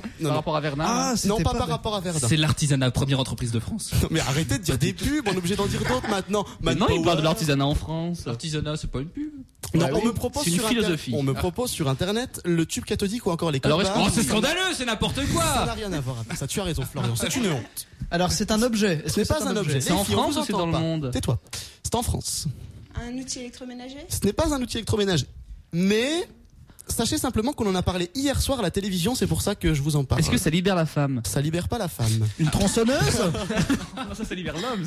Speaker 10: Ben.
Speaker 5: non.
Speaker 10: Par
Speaker 5: non.
Speaker 10: rapport à Verdun.
Speaker 5: Ah,
Speaker 10: hein.
Speaker 5: non, pas, par rapport à Verdun.
Speaker 1: C'est l'artisanat, première entreprise de France.
Speaker 5: Non, mais arrêtez de dire des pubs, on est obligé d'en dire d'autres maintenant.
Speaker 10: Maintenant, il parle de
Speaker 5: l'artisanat.
Speaker 10: l'artisanat en France.
Speaker 1: L'artisanat, c'est pas une pub.
Speaker 5: Non,
Speaker 10: Ouais,
Speaker 5: on
Speaker 10: oui.
Speaker 5: me propose
Speaker 10: C'est une
Speaker 5: sur Inter-
Speaker 10: philosophie. Ah.
Speaker 5: on me propose sur internet le tube cathodique ou encore les
Speaker 1: Alors, est-ce
Speaker 5: copains.
Speaker 1: qu'on- Oh, c'est scandaleux, c'est n'importe quoi
Speaker 5: Ça n'a rien à voir avec ça. Tu as raison Florian, c'est une honte.
Speaker 3: Alors, c'est un objet. Est-ce
Speaker 5: Ce n'est
Speaker 3: que
Speaker 5: pas un objet.
Speaker 3: C'est en France ou c'est dans le monde
Speaker 5: Tais-toi. C'est en France.
Speaker 4: un outil électroménager
Speaker 5: Ce n'est pas un outil électroménager. Mais sachez simplement qu'on en a parlé hier soir à la télévision, c'est pour ça que je vous en parle.
Speaker 10: Est-ce que ça libère la femme
Speaker 5: ça libère pas la femme
Speaker 3: Une tronçonneuse
Speaker 10: Non, ça, ça libère l'homme.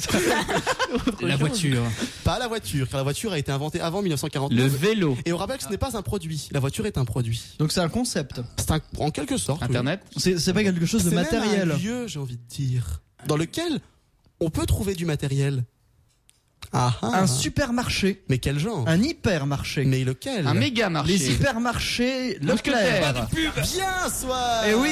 Speaker 1: La voiture.
Speaker 5: Pas la voiture, car la voiture a été inventée avant 1949.
Speaker 10: Le vélo.
Speaker 5: Et on rappelle que ce n'est pas un produit. La voiture est un produit.
Speaker 3: Donc, c'est un concept.
Speaker 5: C'est un- en quelque sorte. oui.
Speaker 10: Internet.
Speaker 3: C'est c'est pas quelque chose de
Speaker 5: C'est même
Speaker 3: matériel.
Speaker 5: un lieu, j'ai envie de dire, dans lequel on peut trouver du matériel. Ah, ah.
Speaker 3: Un supermarché.
Speaker 5: Mais quel genre
Speaker 3: Un hypermarché.
Speaker 5: Mais lequel
Speaker 10: Un méga marché.
Speaker 3: Les hypermarchés Leclerc.
Speaker 5: Bien, soit
Speaker 3: Eh oui.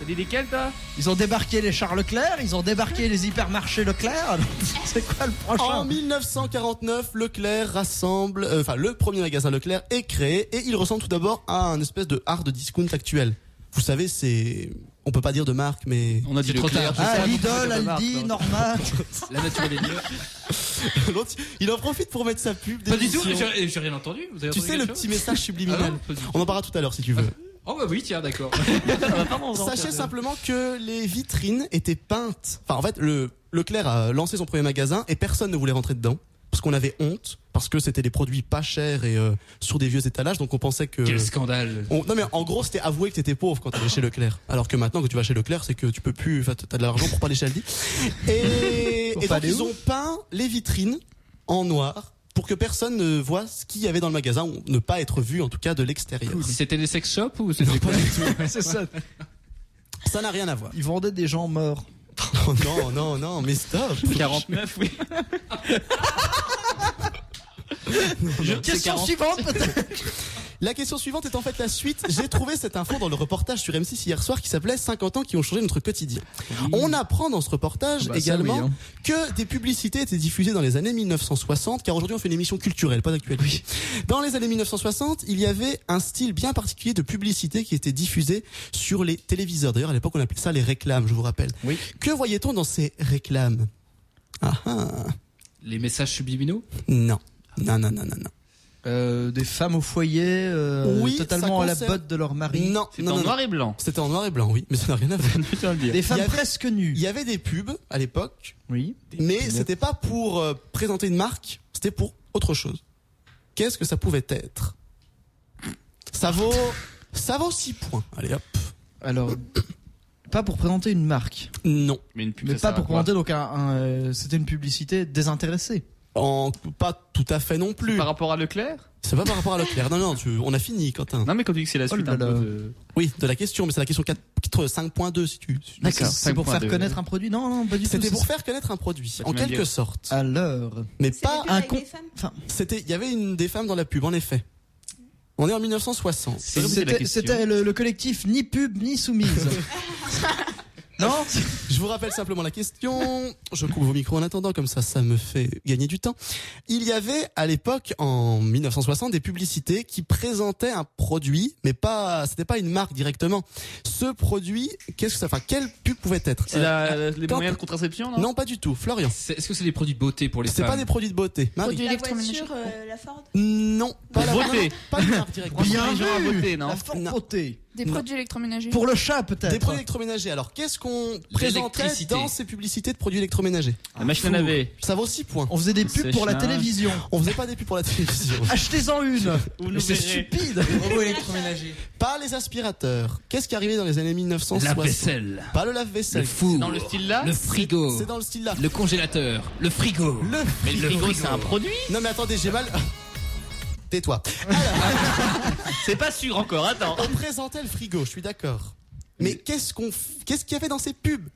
Speaker 10: T'as dit lesquels, toi
Speaker 3: Ils ont débarqué les Charles Leclerc, ils ont débarqué les hypermarchés Leclerc. C'est quoi le
Speaker 5: En
Speaker 3: prochain
Speaker 5: 1949, Leclerc rassemble, euh, enfin le premier magasin Leclerc est créé et il ressemble tout d'abord à un espèce de hard discount actuel. Vous savez, c'est, on peut pas dire de marque, mais
Speaker 1: On a dit trop tard.
Speaker 3: Ah, Lidl, Aldi, Norma.
Speaker 1: La nature des lieux.
Speaker 5: L'autre, il en profite pour mettre sa pub.
Speaker 1: Pas du tout,
Speaker 5: d'émission.
Speaker 1: j'ai j'ai rien entendu. Vous avez
Speaker 5: Tu
Speaker 1: entendu
Speaker 5: sais le
Speaker 1: quelque
Speaker 5: petit
Speaker 1: chose
Speaker 5: message subliminal.
Speaker 1: Ah non, pas du
Speaker 5: on en parlera tout à l'heure si tu veux.
Speaker 1: Oh bah oui, tiens, d'accord.
Speaker 5: Sachez simplement que les vitrines étaient peintes. Enfin, en fait, le Leclerc a lancé son premier magasin et personne ne voulait rentrer dedans parce qu'on avait honte parce que c'était des produits pas chers et euh, sur des vieux étalages, donc on pensait que.
Speaker 1: Quel scandale.
Speaker 5: On- non mais en gros, c'était avouer que t'étais pauvre quand t'allais chez Leclerc. Alors que maintenant, quand tu vas chez Leclerc, c'est que tu peux plus. Enfin, t'as de l'argent pour pas aller chez Aldi. Et,
Speaker 3: Pour
Speaker 5: et
Speaker 3: pas
Speaker 5: donc
Speaker 3: aller
Speaker 5: ils
Speaker 3: où
Speaker 5: ont peint les vitrines en noir pour que personne ne voit ce qu'il y avait dans le magasin ou ne pas être vu en tout cas de l'extérieur.
Speaker 1: C'était des sex shops ou c'était quoi
Speaker 3: C'est ça.
Speaker 5: Ça n'a rien à voir.
Speaker 3: Ils vendaient des gens morts.
Speaker 5: Oh non, non, non, mais stop.
Speaker 10: 49, oui.
Speaker 3: Question suivante peut-être.
Speaker 5: La question suivante est en fait la suite. J'ai trouvé cette info dans le reportage sur M6 hier soir qui s'appelait 50 ans qui ont changé notre quotidien. On apprend dans ce reportage
Speaker 3: Bah, ça,
Speaker 5: également
Speaker 3: oui, hein.
Speaker 5: que des publicités étaient diffusées dans les années 1960, car aujourd'hui on fait une émission culturelle, pas d'actualité. Dans les années 1960, il y avait un style bien particulier de publicité qui était diffusé sur les téléviseurs. D'ailleurs, à l'époque, on appelait ça les réclames, je vous rappelle. Que voyait-on dans ces réclames Ah ah.
Speaker 1: Les messages subliminaux
Speaker 5: Non. Non, non, non, non, non.
Speaker 3: Euh, des femmes au foyer euh,
Speaker 5: Oui,
Speaker 3: totalement
Speaker 5: ça
Speaker 3: à la
Speaker 5: concerne-
Speaker 3: botte de leur mari.
Speaker 5: Non, non, non, non. C'était en noir et blanc, oui, mais ça n'a rien à voir.
Speaker 3: Des femmes
Speaker 5: presque nues. Il y avait des pubs à l'époque.
Speaker 3: Oui.
Speaker 5: Mais c'était pas pour euh, présenter une marque, c'était pour autre chose. Qu'est-ce que ça pouvait être Ça vaut ça vaut 6 points. Allez hop.
Speaker 3: Alors pas pour présenter une marque.
Speaker 5: Non.
Speaker 8: Mais une
Speaker 3: Mais pas pour présenter donc un, un, euh, c'était une publicité désintéressée.
Speaker 5: En pas tout à fait non plus.
Speaker 8: Par rapport à Leclerc
Speaker 5: C'est pas par rapport à Leclerc. Non non, tu- on a fini Quentin.
Speaker 8: Non mais quand tu dis que c'est la
Speaker 5: Oh
Speaker 8: suite
Speaker 5: là
Speaker 8: un peu
Speaker 5: là.
Speaker 8: de...
Speaker 5: Oui, de la question, mais c'est la question 4 5.2 si tu si tu-
Speaker 3: D'accord. C'est pour faire connaître un produit. Non non pas du tout.
Speaker 5: C'était
Speaker 3: c'est
Speaker 5: pour
Speaker 3: ça.
Speaker 5: faire connaître un produit
Speaker 3: Bah,
Speaker 5: en
Speaker 3: tu m'as dit-
Speaker 5: quelque sorte.
Speaker 3: Alors.
Speaker 5: Mais pas
Speaker 3: un con.
Speaker 5: Enfin, c'était il y avait une des femmes dans la pub en effet. On est en 1960.
Speaker 3: C'était c'était le, le collectif ni pub ni soumise.
Speaker 5: Non Je vous rappelle simplement la question. Je coupe vos micros en attendant, comme ça, ça me fait gagner du temps. Il y avait à l'époque, en 1960, des publicités qui présentaient un produit, mais pas, c'était pas une marque directement. Ce produit, qu'est-ce que ça, enfin, quelle pub pouvait être Euh,
Speaker 8: C'est la- la- les moyens de contraception, non
Speaker 5: pas du tout. Florian.
Speaker 1: Est-ce que c'est des produits de beauté pour les
Speaker 5: C'est
Speaker 1: femmes
Speaker 5: pas des produits de beauté. Marie.
Speaker 4: La voiture, euh, la Ford
Speaker 5: Non, pas la
Speaker 8: Beauté.
Speaker 5: Pas la marque directement.
Speaker 3: Bien vu. La
Speaker 5: forte beauté.
Speaker 9: Des produits électroménagers.
Speaker 3: Pour le chat peut-être.
Speaker 5: Des produits électroménagers. Alors, qu'est-ce qu'on présentait
Speaker 3: L'électricité.
Speaker 5: dans ces publicités de produits électroménagers
Speaker 8: La machine à laver.
Speaker 5: Ça vaut 6 points.
Speaker 3: On faisait des pubs pour la télévision.
Speaker 5: On faisait pas des pubs pour la télévision.
Speaker 3: Achetez-en une.
Speaker 5: nous
Speaker 3: Mais C'est
Speaker 5: verrez.
Speaker 3: stupide.
Speaker 5: Pas les aspirateurs. Qu'est-ce qui est arrivé dans les années 1960
Speaker 1: Lave-vaisselle.
Speaker 5: Pas le lave-vaisselle.
Speaker 1: Le four.
Speaker 5: Dans le
Speaker 8: style là
Speaker 1: Le frigo.
Speaker 5: C'est dans le style là.
Speaker 1: Le congélateur, le frigo. Mais le frigo, c'est un produit.
Speaker 5: Non mais attendez, j'ai mal. Tais-toi.
Speaker 8: C'est pas sûr encore, attends.
Speaker 5: On présentait le frigo, je suis d'accord. Mais qu'est-ce qu'on, f- qu'est-ce qu'il y avait dans ces pubs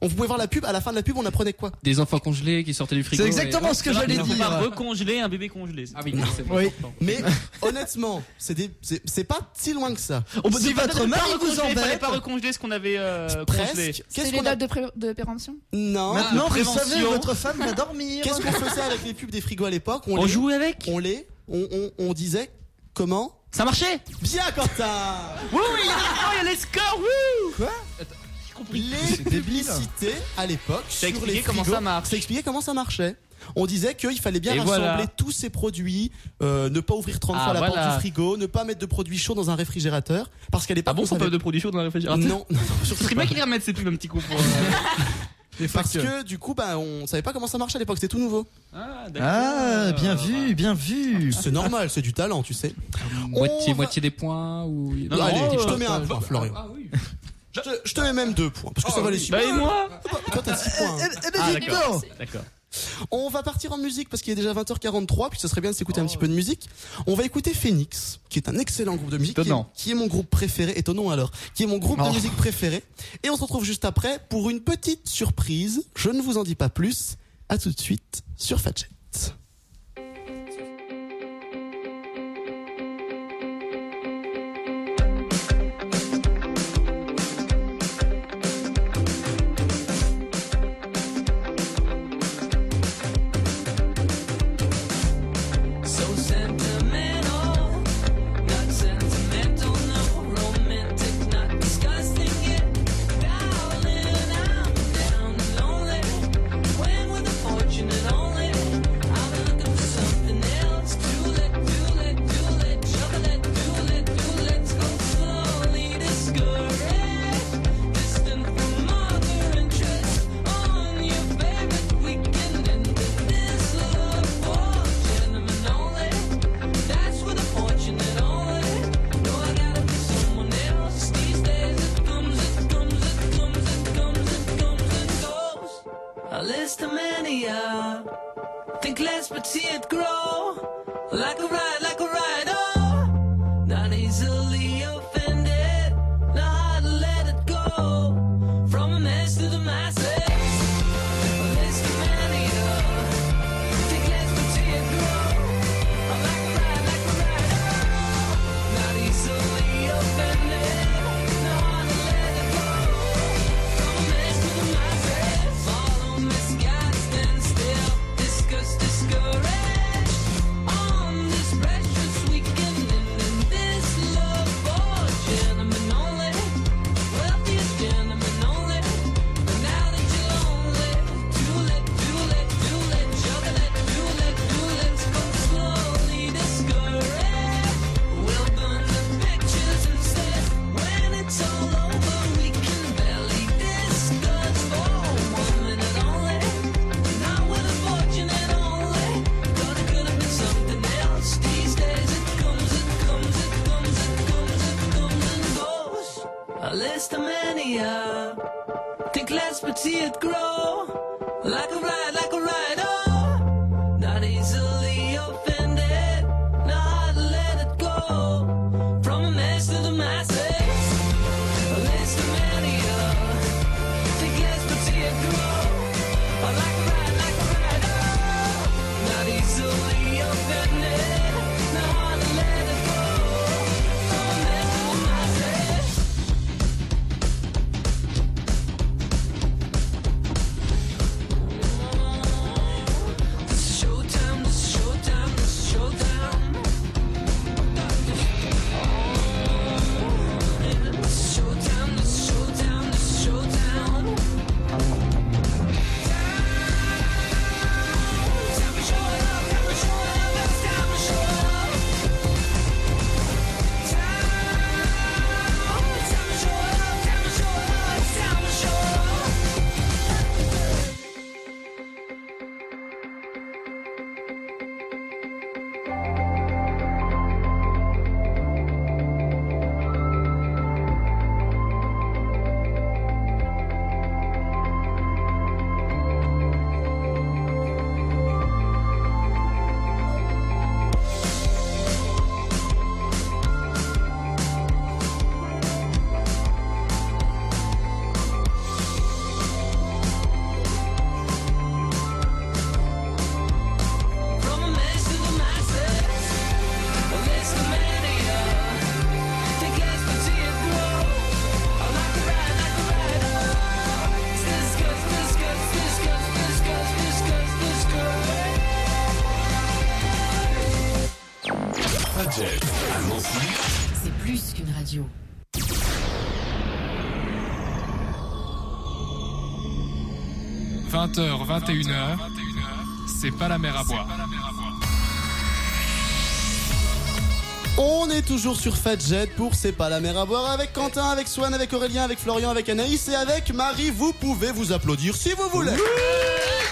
Speaker 5: On pouvait voir la pub. À la fin de la pub, on apprenait quoi
Speaker 1: Des enfants congelés qui sortaient du frigo.
Speaker 5: C'est exactement ce que j'allais
Speaker 8: On
Speaker 5: dire.
Speaker 8: va recongeler un bébé congelé. Ah
Speaker 1: oui, c'est
Speaker 3: Oui.
Speaker 5: Mais honnêtement, c'est des- c'est c'est pas si loin que ça.
Speaker 3: Si votre mari vous
Speaker 8: fallait
Speaker 3: embête-
Speaker 8: pas recongeler ce qu'on avait euh,
Speaker 5: Presque.
Speaker 8: congelé. Ah,
Speaker 9: C'est les dates de, pré- de péremption
Speaker 5: Non.
Speaker 3: Maintenant,
Speaker 5: de
Speaker 3: vous
Speaker 5: prévention.
Speaker 3: savez, votre femme va dormir.
Speaker 5: Qu'est-ce qu'on faisait avec les pubs des frigos à l'époque
Speaker 8: On
Speaker 5: les-
Speaker 8: jouait avec
Speaker 5: On les, on, on, on disait comment
Speaker 8: Ça marchait
Speaker 5: Bien Quentin
Speaker 8: Oui, il y a des points, il y a les scores, wouh
Speaker 5: Quoi Les
Speaker 8: débile.
Speaker 5: publicités à l'époque
Speaker 8: Ça
Speaker 5: sur
Speaker 8: expliquait
Speaker 5: les
Speaker 8: comment
Speaker 5: frigos,
Speaker 8: ça marche.
Speaker 5: Ça expliquait comment ça marchait. On disait qu'il fallait bien
Speaker 8: Et
Speaker 5: rassembler
Speaker 8: voilà.
Speaker 5: tous ces produits, euh, ne pas ouvrir 30
Speaker 8: Ah,
Speaker 5: fois la porte
Speaker 8: voilà.
Speaker 5: du frigo, ne pas mettre de produits chauds dans un réfrigérateur, parce qu'à l'époque
Speaker 8: Ah bon,
Speaker 5: on
Speaker 8: ça peut
Speaker 5: savait-
Speaker 8: de produits chauds dans le réfrigérateur
Speaker 5: non, non,
Speaker 8: Ce
Speaker 5: surtout
Speaker 8: serait
Speaker 5: pas.
Speaker 8: bien qu'ils les remettent ces pubs un petit coup pour. euh,
Speaker 5: parce que du coup bah on savait pas comment ça marchait à l'époque, c'était tout nouveau.
Speaker 8: Ah,
Speaker 3: Ah, bien vu, bien vu.
Speaker 5: C'est normal, c'est du talent, tu sais.
Speaker 1: Moitié,
Speaker 5: On va-
Speaker 1: moitié des points ou.
Speaker 5: Non, allez,
Speaker 8: non,
Speaker 5: je te
Speaker 8: euh,
Speaker 5: mets un point, Florian. Je te- je te mets même deux points, parce que ça valait six
Speaker 8: Bah et moi
Speaker 5: Toi, t'as six points. hein.
Speaker 3: Eh, eh ben,
Speaker 8: Ah,
Speaker 3: dites donc.
Speaker 8: d'accord. D'accord.
Speaker 5: On va partir en musique parce qu'il est déjà 20h43, puis ce serait bien de s'écouter un petit peu de musique. On va écouter Phoenix, qui est un excellent groupe de musique, qui est,
Speaker 8: Étonnant.
Speaker 5: qui est mon groupe préféré, étonnant alors, qui est mon groupe de
Speaker 8: Oh.
Speaker 5: musique préféré. Et on se retrouve juste après pour une petite surprise. Je ne vous en dis pas plus. À tout de suite sur Fatjet.
Speaker 11: So sentimental, not sentimental, no romantic, not disgusting yet. Darling, I'm down and lonely. When we're the fortunate only, I'm looking for something else. Do let, do let, do let, shovel it, do let, do let's go slowly discouraged. Distant from other interests on your favorite weekend and this love for gentlemen only. That's where the fortunate only. No, I gotta be someone else. These days it comes, it comes, it comes, it comes, it comes and goes. A list of mania. Think less but see it grow. Like a ride, like a ride, oh. Not easily offended. Know how to let it go. From a mess to the masses. A list of mania. Think less but see it grow. Like a ride, like a ride, oh. Think less but see it grow. Like a ride, like a ride, oh. Not easily offended. Know how to let it go. From a mess to the masses. A list of many, oh. Think less but see it grow. Oh, like a ride, like a ride, oh. Not easily offended. Know how to let it go. From a mess to the masses. This showtime, this showtime, this showtime. This showtime, this showtime, this showtime. Time to show love, time to show love, it's time to show love. Time, time to show love, time to show love, it's time to show love. From a mess to the masses, a list of many, uh, Think less but see it grow. I like to ride, like to ride, oh. Discuss, discuss, discuss, discuss, discuss, discuss.
Speaker 15: Fadjet à Nancy. C'est plus qu'une radio.
Speaker 7: h 21h, c'est pas la mer à boire.
Speaker 5: On est toujours sur Fadjet pour C'est pas la mer à boire avec Quentin, avec Swan, avec Aurélien, avec Florian, avec Anaïs et avec Marie. Vous pouvez vous applaudir si vous voulez.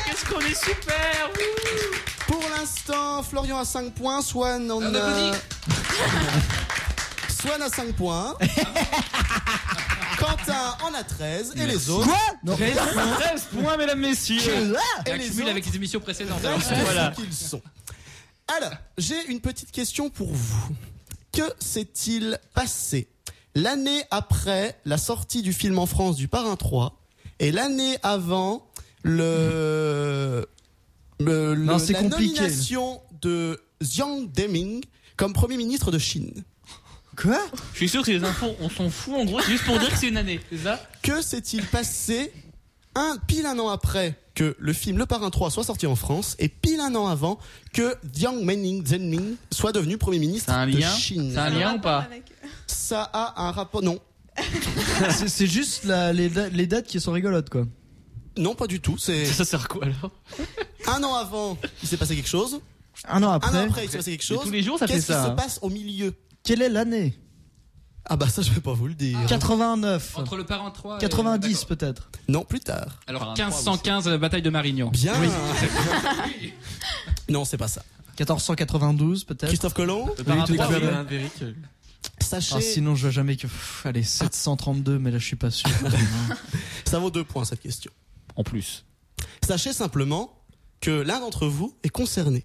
Speaker 2: Qu'est-ce qu'on est super
Speaker 5: Pour l'instant, Florian a 5 points, Swan
Speaker 2: On
Speaker 5: en a-
Speaker 2: applaudit.
Speaker 5: Swan a 5 points. Quentin en a 13 et les
Speaker 16: Merci.
Speaker 5: autres.
Speaker 16: Quoi Non. 13 points. 13 points, mesdames, messieurs.
Speaker 5: Et
Speaker 1: Elle
Speaker 5: les
Speaker 1: accumule
Speaker 5: autres,
Speaker 1: avec les émissions précédentes.
Speaker 5: restent
Speaker 1: alors.
Speaker 5: ce qu'ils sont. Alors, j'ai une petite question pour vous. Que s'est-il passé l'année après la sortie du film en France du Parrain 3 et l'année avant le, le- le-
Speaker 3: Non, c'est
Speaker 5: la
Speaker 3: compliqué.
Speaker 5: nomination de Jiang Deming comme Premier ministre de Chine
Speaker 3: Quoi
Speaker 16: Je suis sûr que les infos, on s'en fout en gros, c'est juste pour dire que c'est une année, c'est ça
Speaker 5: Que s'est-il passé un pile un an après que le film Le Parrain 3 soit sorti en France et pile un an avant que Jiang Zemin Zemin soit devenu Premier ministre
Speaker 16: un
Speaker 5: de
Speaker 16: lien
Speaker 5: Chine
Speaker 16: C'est un lien ou pas
Speaker 4: euh,
Speaker 5: Ça a un rapport non.
Speaker 3: Ah, C'est- C'est juste la- les, da- les dates qui sont rigolotes, quoi.
Speaker 5: Non, pas du tout. C'est
Speaker 16: ça sert à quoi alors
Speaker 5: Un an avant, il s'est passé quelque chose.
Speaker 3: Un an après.
Speaker 5: Un an après, il s'est passé quelque chose. Qu'est-ce
Speaker 3: hein.
Speaker 8: hein.
Speaker 5: qui se passe au milieu
Speaker 3: Quelle est l'année
Speaker 5: Ah bah ça, je vais pas vous le dire.
Speaker 3: Ah. 89.
Speaker 1: Entre le parent 3 et-
Speaker 3: 90 peut-être.
Speaker 5: Non, plus tard.
Speaker 2: Ah
Speaker 1: Alors 1515, la euh, bataille de Marignan.
Speaker 5: Bien. Non, c'est pas ça.
Speaker 3: 1492 peut-être.
Speaker 5: Christophe Colomb
Speaker 3: Oui,
Speaker 12: Par
Speaker 3: tout
Speaker 12: rapport
Speaker 3: à fait.
Speaker 12: à Roland Emmerich, euh,
Speaker 5: Sachez,
Speaker 3: Ah, sinon je vois jamais que pff, allez 732 mais là je suis pas sûr.
Speaker 5: ça vaut deux points cette question.
Speaker 16: En plus.
Speaker 5: Sachez simplement que l'un d'entre vous est concerné.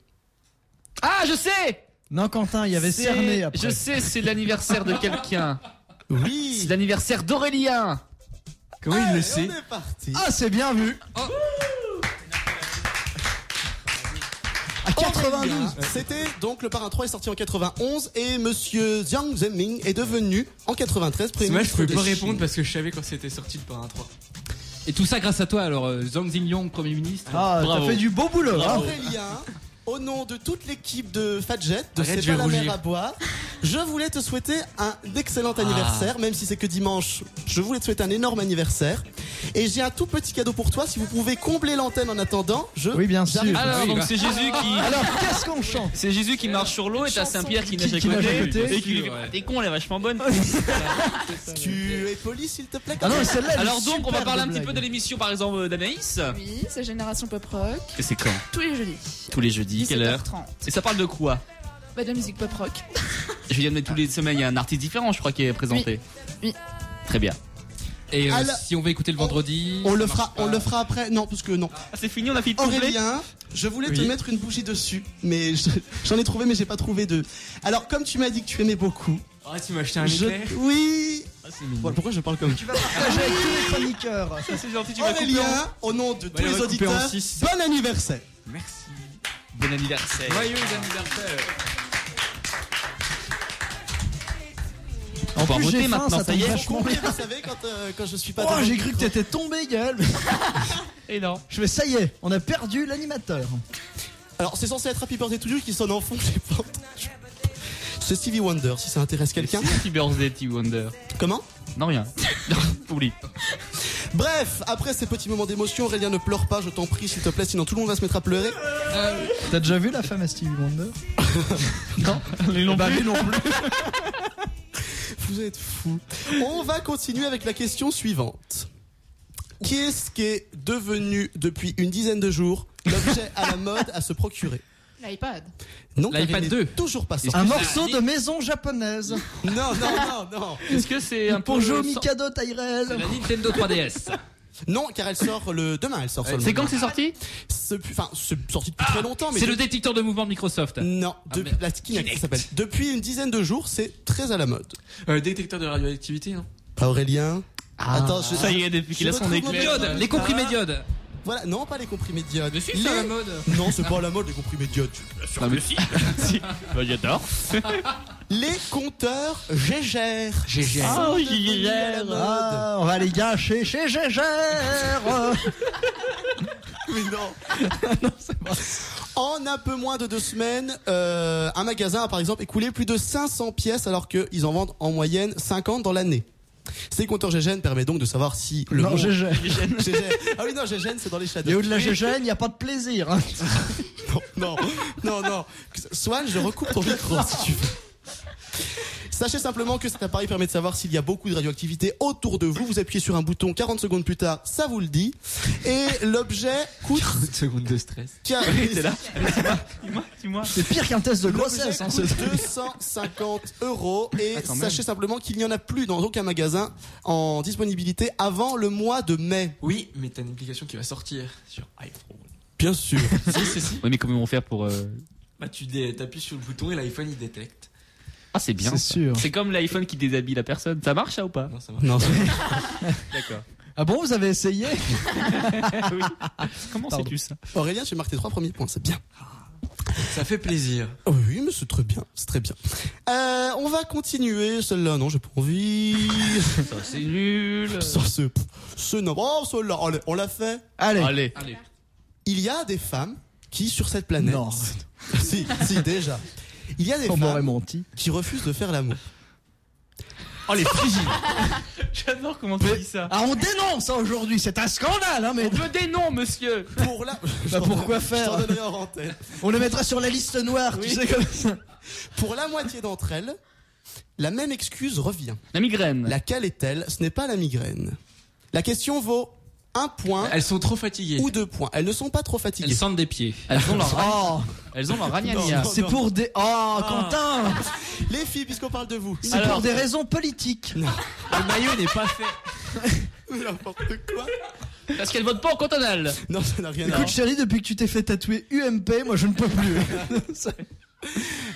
Speaker 16: Ah, je sais
Speaker 3: non Quentin, il y avait
Speaker 16: C'est-
Speaker 3: cerné après.
Speaker 16: Je sais, c'est l'anniversaire de quelqu'un.
Speaker 5: Oui.
Speaker 16: C'est l'anniversaire d'Aurélien.
Speaker 3: Comment
Speaker 5: il le sait
Speaker 3: Ah, c'est bien vu.
Speaker 5: Ah,
Speaker 3: À 92.
Speaker 5: C'était donc le parrain 3 est sorti en 91 et monsieur Jiang Zemin est devenu en 93
Speaker 12: C'est
Speaker 5: premier
Speaker 12: mal, je
Speaker 5: ministre
Speaker 12: pouvais
Speaker 5: de
Speaker 12: pas
Speaker 5: Chine.
Speaker 12: répondre parce que je savais quand c'était sorti le parrain 3.
Speaker 1: Et tout ça grâce à toi, alors euh, Zhang Zingyong, Premier ministre.
Speaker 3: Ah, t'as
Speaker 1: Bravo.
Speaker 3: fait du beau boulot.
Speaker 12: Ah.
Speaker 3: hein.
Speaker 5: Aurélien, au nom de toute l'équipe de Fadjet, de
Speaker 12: Arrête,
Speaker 5: C'est
Speaker 12: je
Speaker 5: pas la
Speaker 12: vais
Speaker 5: mer
Speaker 12: rougir. Ah.
Speaker 5: à boire, je voulais te souhaiter un excellent anniversaire, même si c'est que dimanche. Je voulais te souhaiter un énorme anniversaire. Et j'ai un tout petit cadeau pour toi, si vous pouvez combler l'antenne en attendant, je...
Speaker 3: Oui, bien sûr.
Speaker 5: j'arrive.
Speaker 1: Ah,
Speaker 2: Alors,
Speaker 1: bah.
Speaker 2: donc c'est Jésus qui.
Speaker 3: Alors, qu'est-ce qu'on chante
Speaker 2: C'est Jésus qui marche sur l'eau et t'as Saint-Pierre qui nage à
Speaker 3: qui nage à
Speaker 2: côté.
Speaker 3: côté.
Speaker 2: Et qui lui dit Ah, T'es con, elle est vachement bonne.
Speaker 5: Tu es poli, s'il te plaît.
Speaker 3: Ah non, mais celle-là, elle est
Speaker 2: Alors donc, on va
Speaker 3: superbe,
Speaker 2: parler un
Speaker 3: la
Speaker 2: petit peu
Speaker 3: blague.
Speaker 2: de l'émission par exemple euh, d'Anaïs.
Speaker 4: Oui, c'est Génération Pop Rock,
Speaker 2: Et c'est quand
Speaker 4: tous les jeudis.
Speaker 2: Tous les jeudis, quelle heure
Speaker 4: 17h30.
Speaker 2: Et ça parle de quoi
Speaker 4: Bah, de la musique pop rock.
Speaker 2: Je viens de mettre tous les semaines, il y a un artiste différent, je crois, qui est présenté.
Speaker 4: Oui.
Speaker 2: Très bien.
Speaker 1: Et euh,
Speaker 5: À la-
Speaker 1: si on veut écouter le vendredi.
Speaker 5: On le
Speaker 1: ça
Speaker 5: fera,
Speaker 1: marche
Speaker 5: on
Speaker 1: pas.
Speaker 5: le fera après. Non, parce que non.
Speaker 2: Ah, c'est fini, on a fini de trouver.
Speaker 5: Aurélien, je voulais te
Speaker 2: Oui.
Speaker 5: mettre une bougie dessus, mais je- j'en ai trouvé, mais j'ai pas trouvé de. Alors, comme tu m'as dit que tu aimais beaucoup.
Speaker 12: Ah, tu m'as acheté un
Speaker 5: je-
Speaker 12: éclair Ah,
Speaker 5: Oui.
Speaker 12: c'est mignon.
Speaker 5: Voilà, pourquoi je parle comme.
Speaker 3: Partagez avec tous les chroniqueurs.
Speaker 8: Ah,
Speaker 5: Ça,
Speaker 2: c'est gentil,
Speaker 8: Oh,
Speaker 5: tu vas couper Aurélien, au nom de tous
Speaker 12: on va
Speaker 5: les
Speaker 12: couper en
Speaker 5: auditeurs,
Speaker 12: six.
Speaker 5: bon anniversaire.
Speaker 12: Merci.
Speaker 2: Bon anniversaire.
Speaker 12: Joyeux anniversaire.
Speaker 3: En
Speaker 2: va
Speaker 3: plus,
Speaker 2: voter
Speaker 3: j'ai faim,
Speaker 2: maintenant,
Speaker 3: ça
Speaker 2: ça
Speaker 3: tombe
Speaker 2: y est.
Speaker 3: vachement bien.
Speaker 5: Vous savez, quand, euh, quand je suis pas.
Speaker 3: Oh,
Speaker 5: devant
Speaker 3: j'ai
Speaker 5: le
Speaker 3: cru que
Speaker 5: micro-
Speaker 3: t'étais tombé, Gaël.
Speaker 2: Et non.
Speaker 3: Je fais ça y est, on a perdu l'animateur.
Speaker 5: Alors, c'est censé être Happy Birthday to You qui sonne en fond, j'ai pas entendu. C'est Stevie Wonder, si ça intéresse quelqu'un.
Speaker 8: Happy birthday, T-Wonder.
Speaker 5: Comment
Speaker 8: Non, rien. Oublie.
Speaker 5: Bref, après ces petits moments d'émotion, Aurélien ne pleure pas, je t'en prie, s'il te plaît, sinon tout le monde va se mettre à pleurer.
Speaker 3: T'as déjà vu la femme à Stevie Wonder Non,
Speaker 8: les non
Speaker 3: bah,
Speaker 8: plus.
Speaker 3: les non plus.
Speaker 5: Vous êtes fous. On va continuer avec la question suivante. Qu'est-ce qui est devenu depuis une dizaine de jours l'objet à la mode à se procurer
Speaker 9: L'iPad.
Speaker 5: Non, car
Speaker 1: L'iPad
Speaker 5: il est
Speaker 1: 2.
Speaker 5: Toujours pas sorti.
Speaker 3: Un morceau de maison japonaise.
Speaker 5: Non, non, non, non.
Speaker 8: Est-ce que c'est un peu.
Speaker 3: Bonjour
Speaker 8: le-
Speaker 3: Mikado Tyrell.
Speaker 1: La Nintendo 3DS.
Speaker 5: Non, car elle sort le demain, elle sort seulement.
Speaker 8: C'est quand que c'est sorti
Speaker 5: Ce- Enfin, c'est sorti depuis très longtemps, mais
Speaker 1: C'est le détecteur de mouvement de Microsoft.
Speaker 5: non,
Speaker 1: Ah,
Speaker 5: de-
Speaker 1: merde.
Speaker 5: la Kinect,
Speaker 1: Kinect.
Speaker 5: ça s'appelle. Depuis une dizaine de jours, c'est très à la mode.
Speaker 12: Euh, détecteur de radioactivité, non
Speaker 5: Pas Aurélien. Attends,
Speaker 3: Ah.
Speaker 5: je-
Speaker 8: Ça y est, depuis qu'il a son
Speaker 5: retrouve mon
Speaker 8: éclair.
Speaker 1: Diode, les comprimés diodes.
Speaker 5: Voilà, non, pas les comprimés d'iode.
Speaker 1: Mais si, c'est à la mode.
Speaker 5: Non, c'est pas à la mode les comprimés d'iode.
Speaker 8: Ah, mais si. Si. Bah, j'adore.
Speaker 5: Les compteurs Gégère.
Speaker 1: GG.
Speaker 8: Oh,
Speaker 3: Ah, on va les gâcher chez Gégère.
Speaker 5: Mais non. En un peu moins de deux semaines, euh, un magasin a par exemple écoulé plus de 500 pièces alors qu'ils en vendent en moyenne 50 dans l'année. Ces compteurs GGN permettent donc de savoir si le
Speaker 3: non,
Speaker 5: monde-
Speaker 3: Gégère.
Speaker 5: GGN. Ah oui, non, GGN, c'est dans les shadows.
Speaker 3: Et au-delà de la Gégène, y a pas de plaisir. hein.
Speaker 5: Non, non, non. Swan, je recoupe ton micro si tu veux. Sachez simplement que cet appareil permet de savoir s'il y a beaucoup de radioactivité autour de vous. Vous appuyez sur un bouton 40 secondes plus tard, ça vous le dit. Et l'objet coûte
Speaker 12: 7 secondes de stress.
Speaker 5: 40
Speaker 8: Dis-moi, dis-moi.
Speaker 3: C'est pire qu'un test de
Speaker 5: L'objet
Speaker 3: grossesse. hein,
Speaker 5: coûte
Speaker 3: ce-
Speaker 5: 250 euros et
Speaker 8: quand même.
Speaker 5: sachez simplement qu'il n'y en a plus dans aucun magasin en disponibilité avant le mois de mai.
Speaker 12: Oui, mais t'as une application qui va sortir sur iPhone.
Speaker 5: Bien sûr.
Speaker 12: si, si, si.
Speaker 8: Oui, mais comment ils vont faire pour. euh,
Speaker 12: Bah, tu dé- t'appuies sur le bouton et l'iPhone il détecte.
Speaker 8: Ah, c'est bien.
Speaker 3: C'est
Speaker 8: ça.
Speaker 3: sûr.
Speaker 8: C'est comme l'iPhone qui déshabille la personne. Ça marche, ça ou pas
Speaker 12: Non, ça marche.
Speaker 8: D'accord.
Speaker 3: Ah bon, vous avez essayé
Speaker 8: Oui. Comment
Speaker 3: Pardon.
Speaker 8: sais-tu ça
Speaker 5: Aurélien, tu marques tes trois premiers points, c'est bien.
Speaker 12: Ça fait plaisir.
Speaker 5: Ah Oui, mais c'est très bien, c'est très bien. Euh, on va continuer. Celle-là, non, j'ai pas envie.
Speaker 8: Ça, c'est nul.
Speaker 5: Ça, ce, ce non. Oh, celle-là, allez, on l'a fait.
Speaker 3: Allez.
Speaker 8: Allez.
Speaker 1: Allez.
Speaker 5: Il y a des femmes qui, sur cette planète.
Speaker 3: Non. Oh,
Speaker 5: si, si, déjà. Il y a des
Speaker 3: On m'aurait
Speaker 5: femmes
Speaker 3: menti.
Speaker 5: qui refusent de faire l'amour.
Speaker 8: Oh, les frigides. J'adore comment tu dis ça.
Speaker 3: Ah, on dénonce hein, aujourd'hui, c'est un scandale, hein, mais.
Speaker 8: On veut des noms, monsieur.
Speaker 5: Pour la.
Speaker 3: Bah, pourquoi faire
Speaker 5: Je t'en donnerai en antenne.
Speaker 3: On le mettra sur la liste noire, tu sais comme ça.
Speaker 5: Pour la moitié d'entre elles, la même excuse revient.
Speaker 8: La migraine.
Speaker 5: Laquelle est-elle Ce n'est pas la migraine. La question vaut un point
Speaker 12: Elles sont trop fatiguées.
Speaker 5: ou deux points. Elles ne sont pas trop
Speaker 1: Elles
Speaker 5: fatiguées.
Speaker 1: sentent des pieds.
Speaker 8: Elles ont leur.
Speaker 3: Oh,
Speaker 8: Elles ont leur ragnagna.
Speaker 5: Non, non.
Speaker 3: c'est pour des. Oh, Quentin
Speaker 5: Les filles, puisqu'on parle de vous.
Speaker 3: C'est pour des raisons politiques.
Speaker 1: Le maillot n'est pas fait.
Speaker 5: N'importe quoi.
Speaker 8: Parce qu'elles votent pas en cantonal.
Speaker 5: Non, ça n'a rien à
Speaker 3: Écoute,
Speaker 5: voir.
Speaker 3: chérie, depuis que tu t'es fait tatouer UMP, moi je ne peux plus.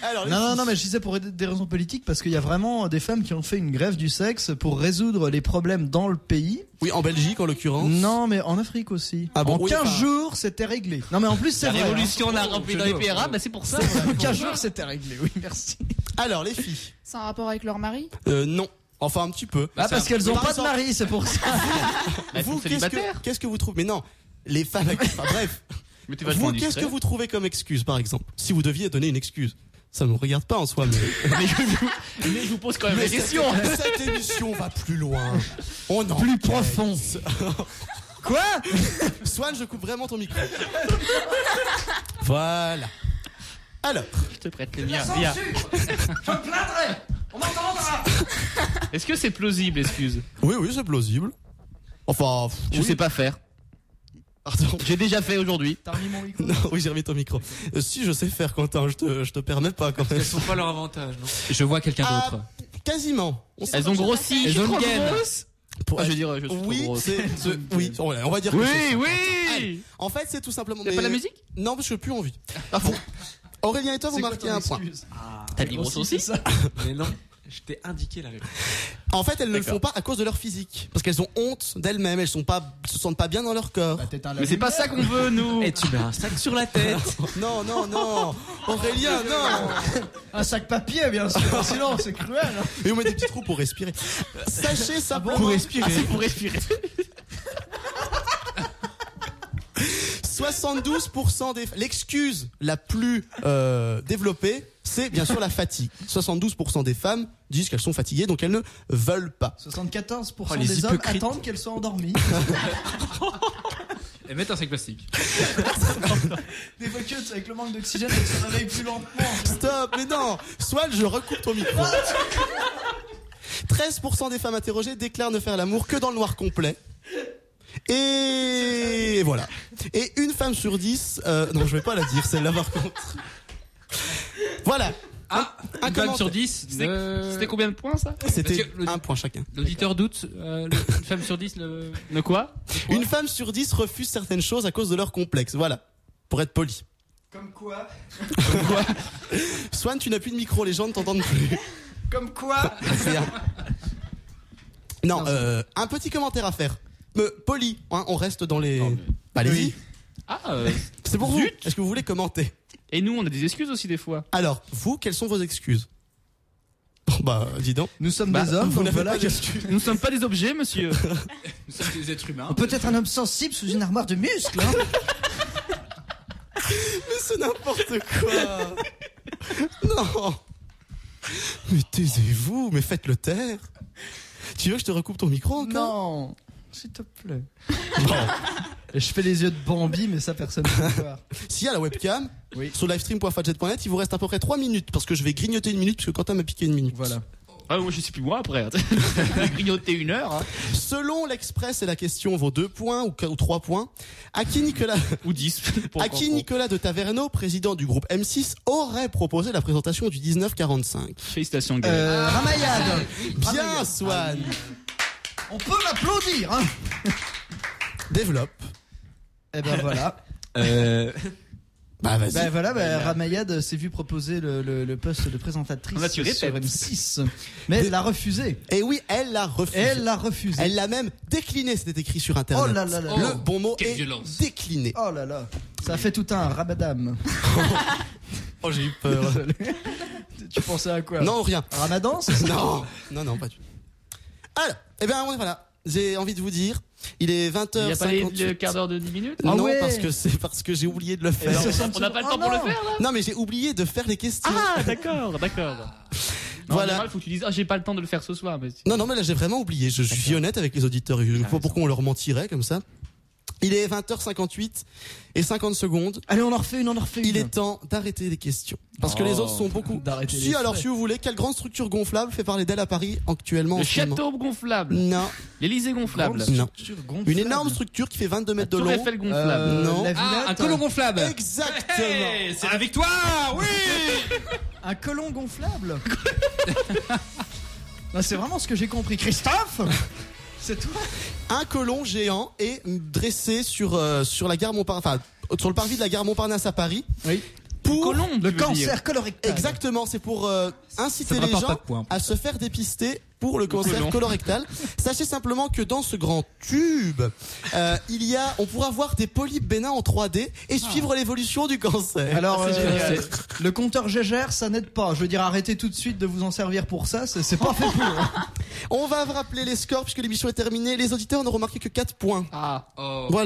Speaker 5: Alors, les
Speaker 3: Non, non,
Speaker 5: filles,
Speaker 3: non, mais je disais pour des raisons politiques parce qu'il y a vraiment des femmes qui ont fait une grève du sexe pour résoudre les problèmes dans le pays.
Speaker 5: Oui, en Belgique, en l'occurrence.
Speaker 3: Non, mais en Afrique aussi.
Speaker 5: Ah bon,
Speaker 3: en
Speaker 5: oui,
Speaker 3: 15
Speaker 5: enfin-
Speaker 3: jours, c'était réglé. Non, mais en plus, c'est
Speaker 8: La
Speaker 3: vrai.
Speaker 8: révolution n'a rempli dans les pays arabes, bah, c'est pour ça.
Speaker 3: hein. En 15 jours, c'était réglé, oui, merci.
Speaker 5: Alors, les filles.
Speaker 9: C'est un rapport avec leur mari
Speaker 5: Euh, non. Enfin, un petit peu.
Speaker 3: Ah, parce qu'elles ont
Speaker 5: Par
Speaker 3: pas de
Speaker 5: exemple,
Speaker 3: mari, c'est pour ça.
Speaker 8: Bah, Elles sont
Speaker 5: Vous, qu'est-ce que,
Speaker 8: célibataires.
Speaker 5: qu'est-ce que vous trouvez Mais non. Les femmes. Enfin, bref.
Speaker 8: Mais t'es
Speaker 5: Vous,
Speaker 8: vachement
Speaker 5: qu'est-ce
Speaker 8: discret.
Speaker 5: que vous trouvez comme excuse, par exemple Si vous deviez donner une excuse. Ça ne me regarde pas en soi, mais.
Speaker 8: mais, je vous... mais je vous pose quand même la
Speaker 5: cette-
Speaker 8: question.
Speaker 5: Cette émission va plus loin. On en
Speaker 3: Plus profond. Quoi
Speaker 5: Swan, je coupe vraiment ton micro. voilà. Alors,
Speaker 8: Je te prête le mien. Ria. Est-ce que c'est plausible, excuse
Speaker 5: oui, oui, c'est plausible. Enfin, pff,
Speaker 8: Je
Speaker 5: oui.
Speaker 8: sais pas faire.
Speaker 5: Pardon.
Speaker 8: J'ai déjà fait aujourd'hui.
Speaker 3: T'as remis mon micro
Speaker 5: Non, oui, j'ai remis ton micro. Euh, si, je sais faire, Quentin, je te, je te permets pas quand même.
Speaker 12: Elles sont pas leur avantage, non
Speaker 1: Je vois quelqu'un
Speaker 5: Ah,
Speaker 1: d'autre.
Speaker 5: Quasiment. On sait
Speaker 8: Elles
Speaker 5: pas
Speaker 8: ont
Speaker 5: que-
Speaker 8: grossi.
Speaker 1: Elles ont une
Speaker 8: Trop
Speaker 1: gaine.
Speaker 8: grosses.
Speaker 5: Pour
Speaker 8: Ah,
Speaker 5: être-
Speaker 8: je dirais, je suis trop
Speaker 5: oui,
Speaker 8: grosse.
Speaker 5: c'est, c'est- oui, on va on va dire.
Speaker 8: Oui,
Speaker 5: que c'est-
Speaker 8: oui
Speaker 5: Allez, En fait, c'est tout simplement.
Speaker 8: Y'a
Speaker 5: mais-
Speaker 8: Ah, pas la musique
Speaker 5: Non, parce que j'ai plus envie. Ah, bon. Aurélien et toi, vous marquez un point.
Speaker 12: T'as
Speaker 5: dit
Speaker 12: grosse
Speaker 5: grosse aussi
Speaker 12: Mais non, je t'ai indiqué la réponse.
Speaker 5: En fait, elles ne le font pas à cause de leur physique, parce qu'elles ont honte d'elles-mêmes. Elles sont pas, se sentent pas bien dans leur corps.
Speaker 3: Bah,
Speaker 8: Mais c'est pas ça qu'on veut, nous.
Speaker 5: Et Eh, tu mets un sac sur la tête. non, non, non. Aurélien, non.
Speaker 3: Un sac papier, bien sûr. Sinon, c'est cruel.
Speaker 5: Et on met des petits trous pour respirer. Sachez ça
Speaker 3: Pour respirer.
Speaker 5: pour respirer. 72% des l'excuse la plus euh, développée, c'est bien sûr la fatigue. 72% des femmes disent qu'elles sont fatiguées donc elles ne veulent pas.
Speaker 3: 74%
Speaker 5: Oh, les
Speaker 3: des hommes
Speaker 5: hypocrites.
Speaker 3: attendent qu'elles soient endormies.
Speaker 1: Et mettre Eh, un sac plastique.
Speaker 3: des vacuotes avec le manque d'oxygène, elles se réveillent plus lentement.
Speaker 5: Stop, mais non. Soit je recoupe ton micro. 13% des femmes interrogées déclarent ne faire l'amour que dans le noir complet. Et voilà. Et une femme sur dix, euh, non, je vais pas la dire celle-là par contre. Voilà. Ah,
Speaker 1: une femme sur dix, C'était- ne- c'était combien
Speaker 5: de points ça C'était un point chacun.
Speaker 1: L'auditeur doute, euh, le- une femme sur dix, le...
Speaker 5: De quoi Une femme sur dix refuse certaines choses à cause de leur complexe. Voilà. Pour être poli.
Speaker 3: Comme quoi
Speaker 5: Comme quoi Swan, tu n'as plus de micro, les gens ne t'entendent plus.
Speaker 3: Comme quoi
Speaker 5: Bien. Non, euh, un petit commentaire à faire. Euh, poli, hein, on reste dans les. Bah, Allez-y.
Speaker 8: Ah, euh,
Speaker 5: C'est pour vous. Est-ce que vous voulez commenter
Speaker 8: Et nous, on a des excuses aussi des fois.
Speaker 5: Alors, vous, quelles sont vos excuses Bon, Bah, dis donc.
Speaker 3: Nous sommes
Speaker 8: Bah,
Speaker 3: des hommes,
Speaker 8: vous
Speaker 3: donc
Speaker 8: n'avez
Speaker 3: voilà
Speaker 8: pas
Speaker 3: que-
Speaker 8: d'excuses. Nous ne sommes pas des objets, monsieur.
Speaker 1: Nous sommes des êtres humains.
Speaker 3: Peut-être un homme sensible sous une armoire de muscles. hein.
Speaker 5: Mais c'est n'importe quoi Non Mais taisez-vous, mais faites-le taire Tu veux que je te recoupe ton micro encore
Speaker 3: Non S'il te plaît. Et Je fais les yeux de Bambi, mais ça personne ne peut voir.
Speaker 5: Si à la webcam, sur livestream.fadjet.net, il vous reste à peu près 3 minutes, parce que je vais grignoter une minute, parce que Quentin m'a piqué une minute. Voilà.
Speaker 8: Ah, moi, je sais plus moi après. grignoter une heure. hein.
Speaker 5: Selon l'Express et la question vaut 2 points ou 3 points, à qui Nicolas...
Speaker 8: Ou 10.
Speaker 5: À qui Nicolas de Taverneau, président du groupe M6, aurait proposé la présentation du 1945
Speaker 8: Félicitations, Gaël.
Speaker 3: Ah.
Speaker 5: Euh,
Speaker 3: Ramayad
Speaker 5: Bien, Swan
Speaker 3: Ah. On peut l'applaudir hein
Speaker 5: Développe.
Speaker 3: Eh ben voilà.
Speaker 12: Euh...
Speaker 5: Bah vas-y.
Speaker 3: Bah voilà, bah, Ramayad s'est vu proposer le, le- le poste de présentatrice
Speaker 5: Bah, tu
Speaker 3: sur
Speaker 5: répètes.
Speaker 3: M6. Mais elle l'a refusé.
Speaker 5: Et Eh oui, elle l'a refusé.
Speaker 3: Elle l'a refusé.
Speaker 5: Elle l'a même décliné, c'était écrit sur internet.
Speaker 3: Oh là là là là.
Speaker 5: Le bon mot
Speaker 3: Quelle
Speaker 5: est
Speaker 3: violence.
Speaker 5: décliné.
Speaker 3: Oh là là. Ça a fait tout un rabadam.
Speaker 5: Oh, j'ai eu peur.
Speaker 3: tu pensais à quoi
Speaker 5: Non, rien.
Speaker 3: Ramadan, c'est ça
Speaker 5: Non, non, non, pas du tout. Alors, eh bien, on est voilà. J'ai envie de vous dire, il est
Speaker 8: Il n'y a pas les-
Speaker 5: 20h58.
Speaker 8: le quart d'heure de 10 minutes
Speaker 3: Ah
Speaker 5: non, parce que c'est parce que j'ai oublié de le
Speaker 8: Eh ben,
Speaker 5: faire.
Speaker 8: on n'a pas le temps pour le faire là
Speaker 5: Non, mais j'ai oublié de faire les questions.
Speaker 8: Ah, d'accord, d'accord. Non,
Speaker 5: Voilà.
Speaker 8: en général, faut que tu dises, ah, j'ai pas le temps de le faire ce soir. Mais...
Speaker 5: Non, non, mais là j'ai vraiment oublié. Je suis honnête avec les auditeurs.
Speaker 3: Ah,
Speaker 5: Je vois pourquoi on leur mentirait comme ça. Il est 20h58 et 50 secondes.
Speaker 3: Allez, on en refait une, on en refait une.
Speaker 5: Il est temps d'arrêter les questions. Parce que les
Speaker 3: Oh.
Speaker 5: autres sont beaucoup.
Speaker 3: D'arrêter
Speaker 5: Si,
Speaker 3: les
Speaker 5: alors
Speaker 3: frais.
Speaker 5: si vous voulez, quelle grande structure gonflable fait parler d'elle à Paris actuellement
Speaker 8: Le
Speaker 5: en ce moment
Speaker 8: château gonflable.
Speaker 5: Non.
Speaker 8: L'Elysée gonflable.
Speaker 5: Mm. Non.
Speaker 3: gonflable.
Speaker 5: Une énorme structure qui fait 22 mètres de
Speaker 8: tour
Speaker 5: long. Euh,
Speaker 8: Eiffel gonflable.
Speaker 5: non.
Speaker 3: la Ah, Villette. un colon
Speaker 1: gonflable.
Speaker 5: Exactement.
Speaker 1: c'est Ah. la victoire, oui
Speaker 3: Un colon gonflable Non, C'est vraiment ce que j'ai compris. Christophe C'est toi
Speaker 5: Un colon géant est dressé sur euh, sur la gare Montparnasse, enfin sur le parvis de la gare Montparnasse à Paris.
Speaker 3: Oui.
Speaker 5: Pour
Speaker 8: colon,
Speaker 3: Le cancer colorectal.
Speaker 5: Exactement, c'est pour euh, inciter
Speaker 1: me
Speaker 5: les
Speaker 1: rapporte pas
Speaker 5: gens
Speaker 1: de points.
Speaker 5: à se faire dépister pour le cancer
Speaker 1: colon.
Speaker 5: colorectal. Sachez simplement que dans ce grand tube, euh, il y a, on pourra voir des polypes bénins en 3D et suivre l'évolution du cancer.
Speaker 3: Alors,
Speaker 5: Ah, c'est
Speaker 3: euh,
Speaker 5: génial.
Speaker 3: le compteur Gégère, ça n'aide pas. Je veux dire, arrêtez tout de suite de vous en servir pour ça, c'est c'est pas fait pour. hein.
Speaker 5: on va vous rappeler les scores puisque l'émission est terminée. Les auditeurs n'ont remarqué que 4 points.
Speaker 8: Ah.
Speaker 5: Voilà.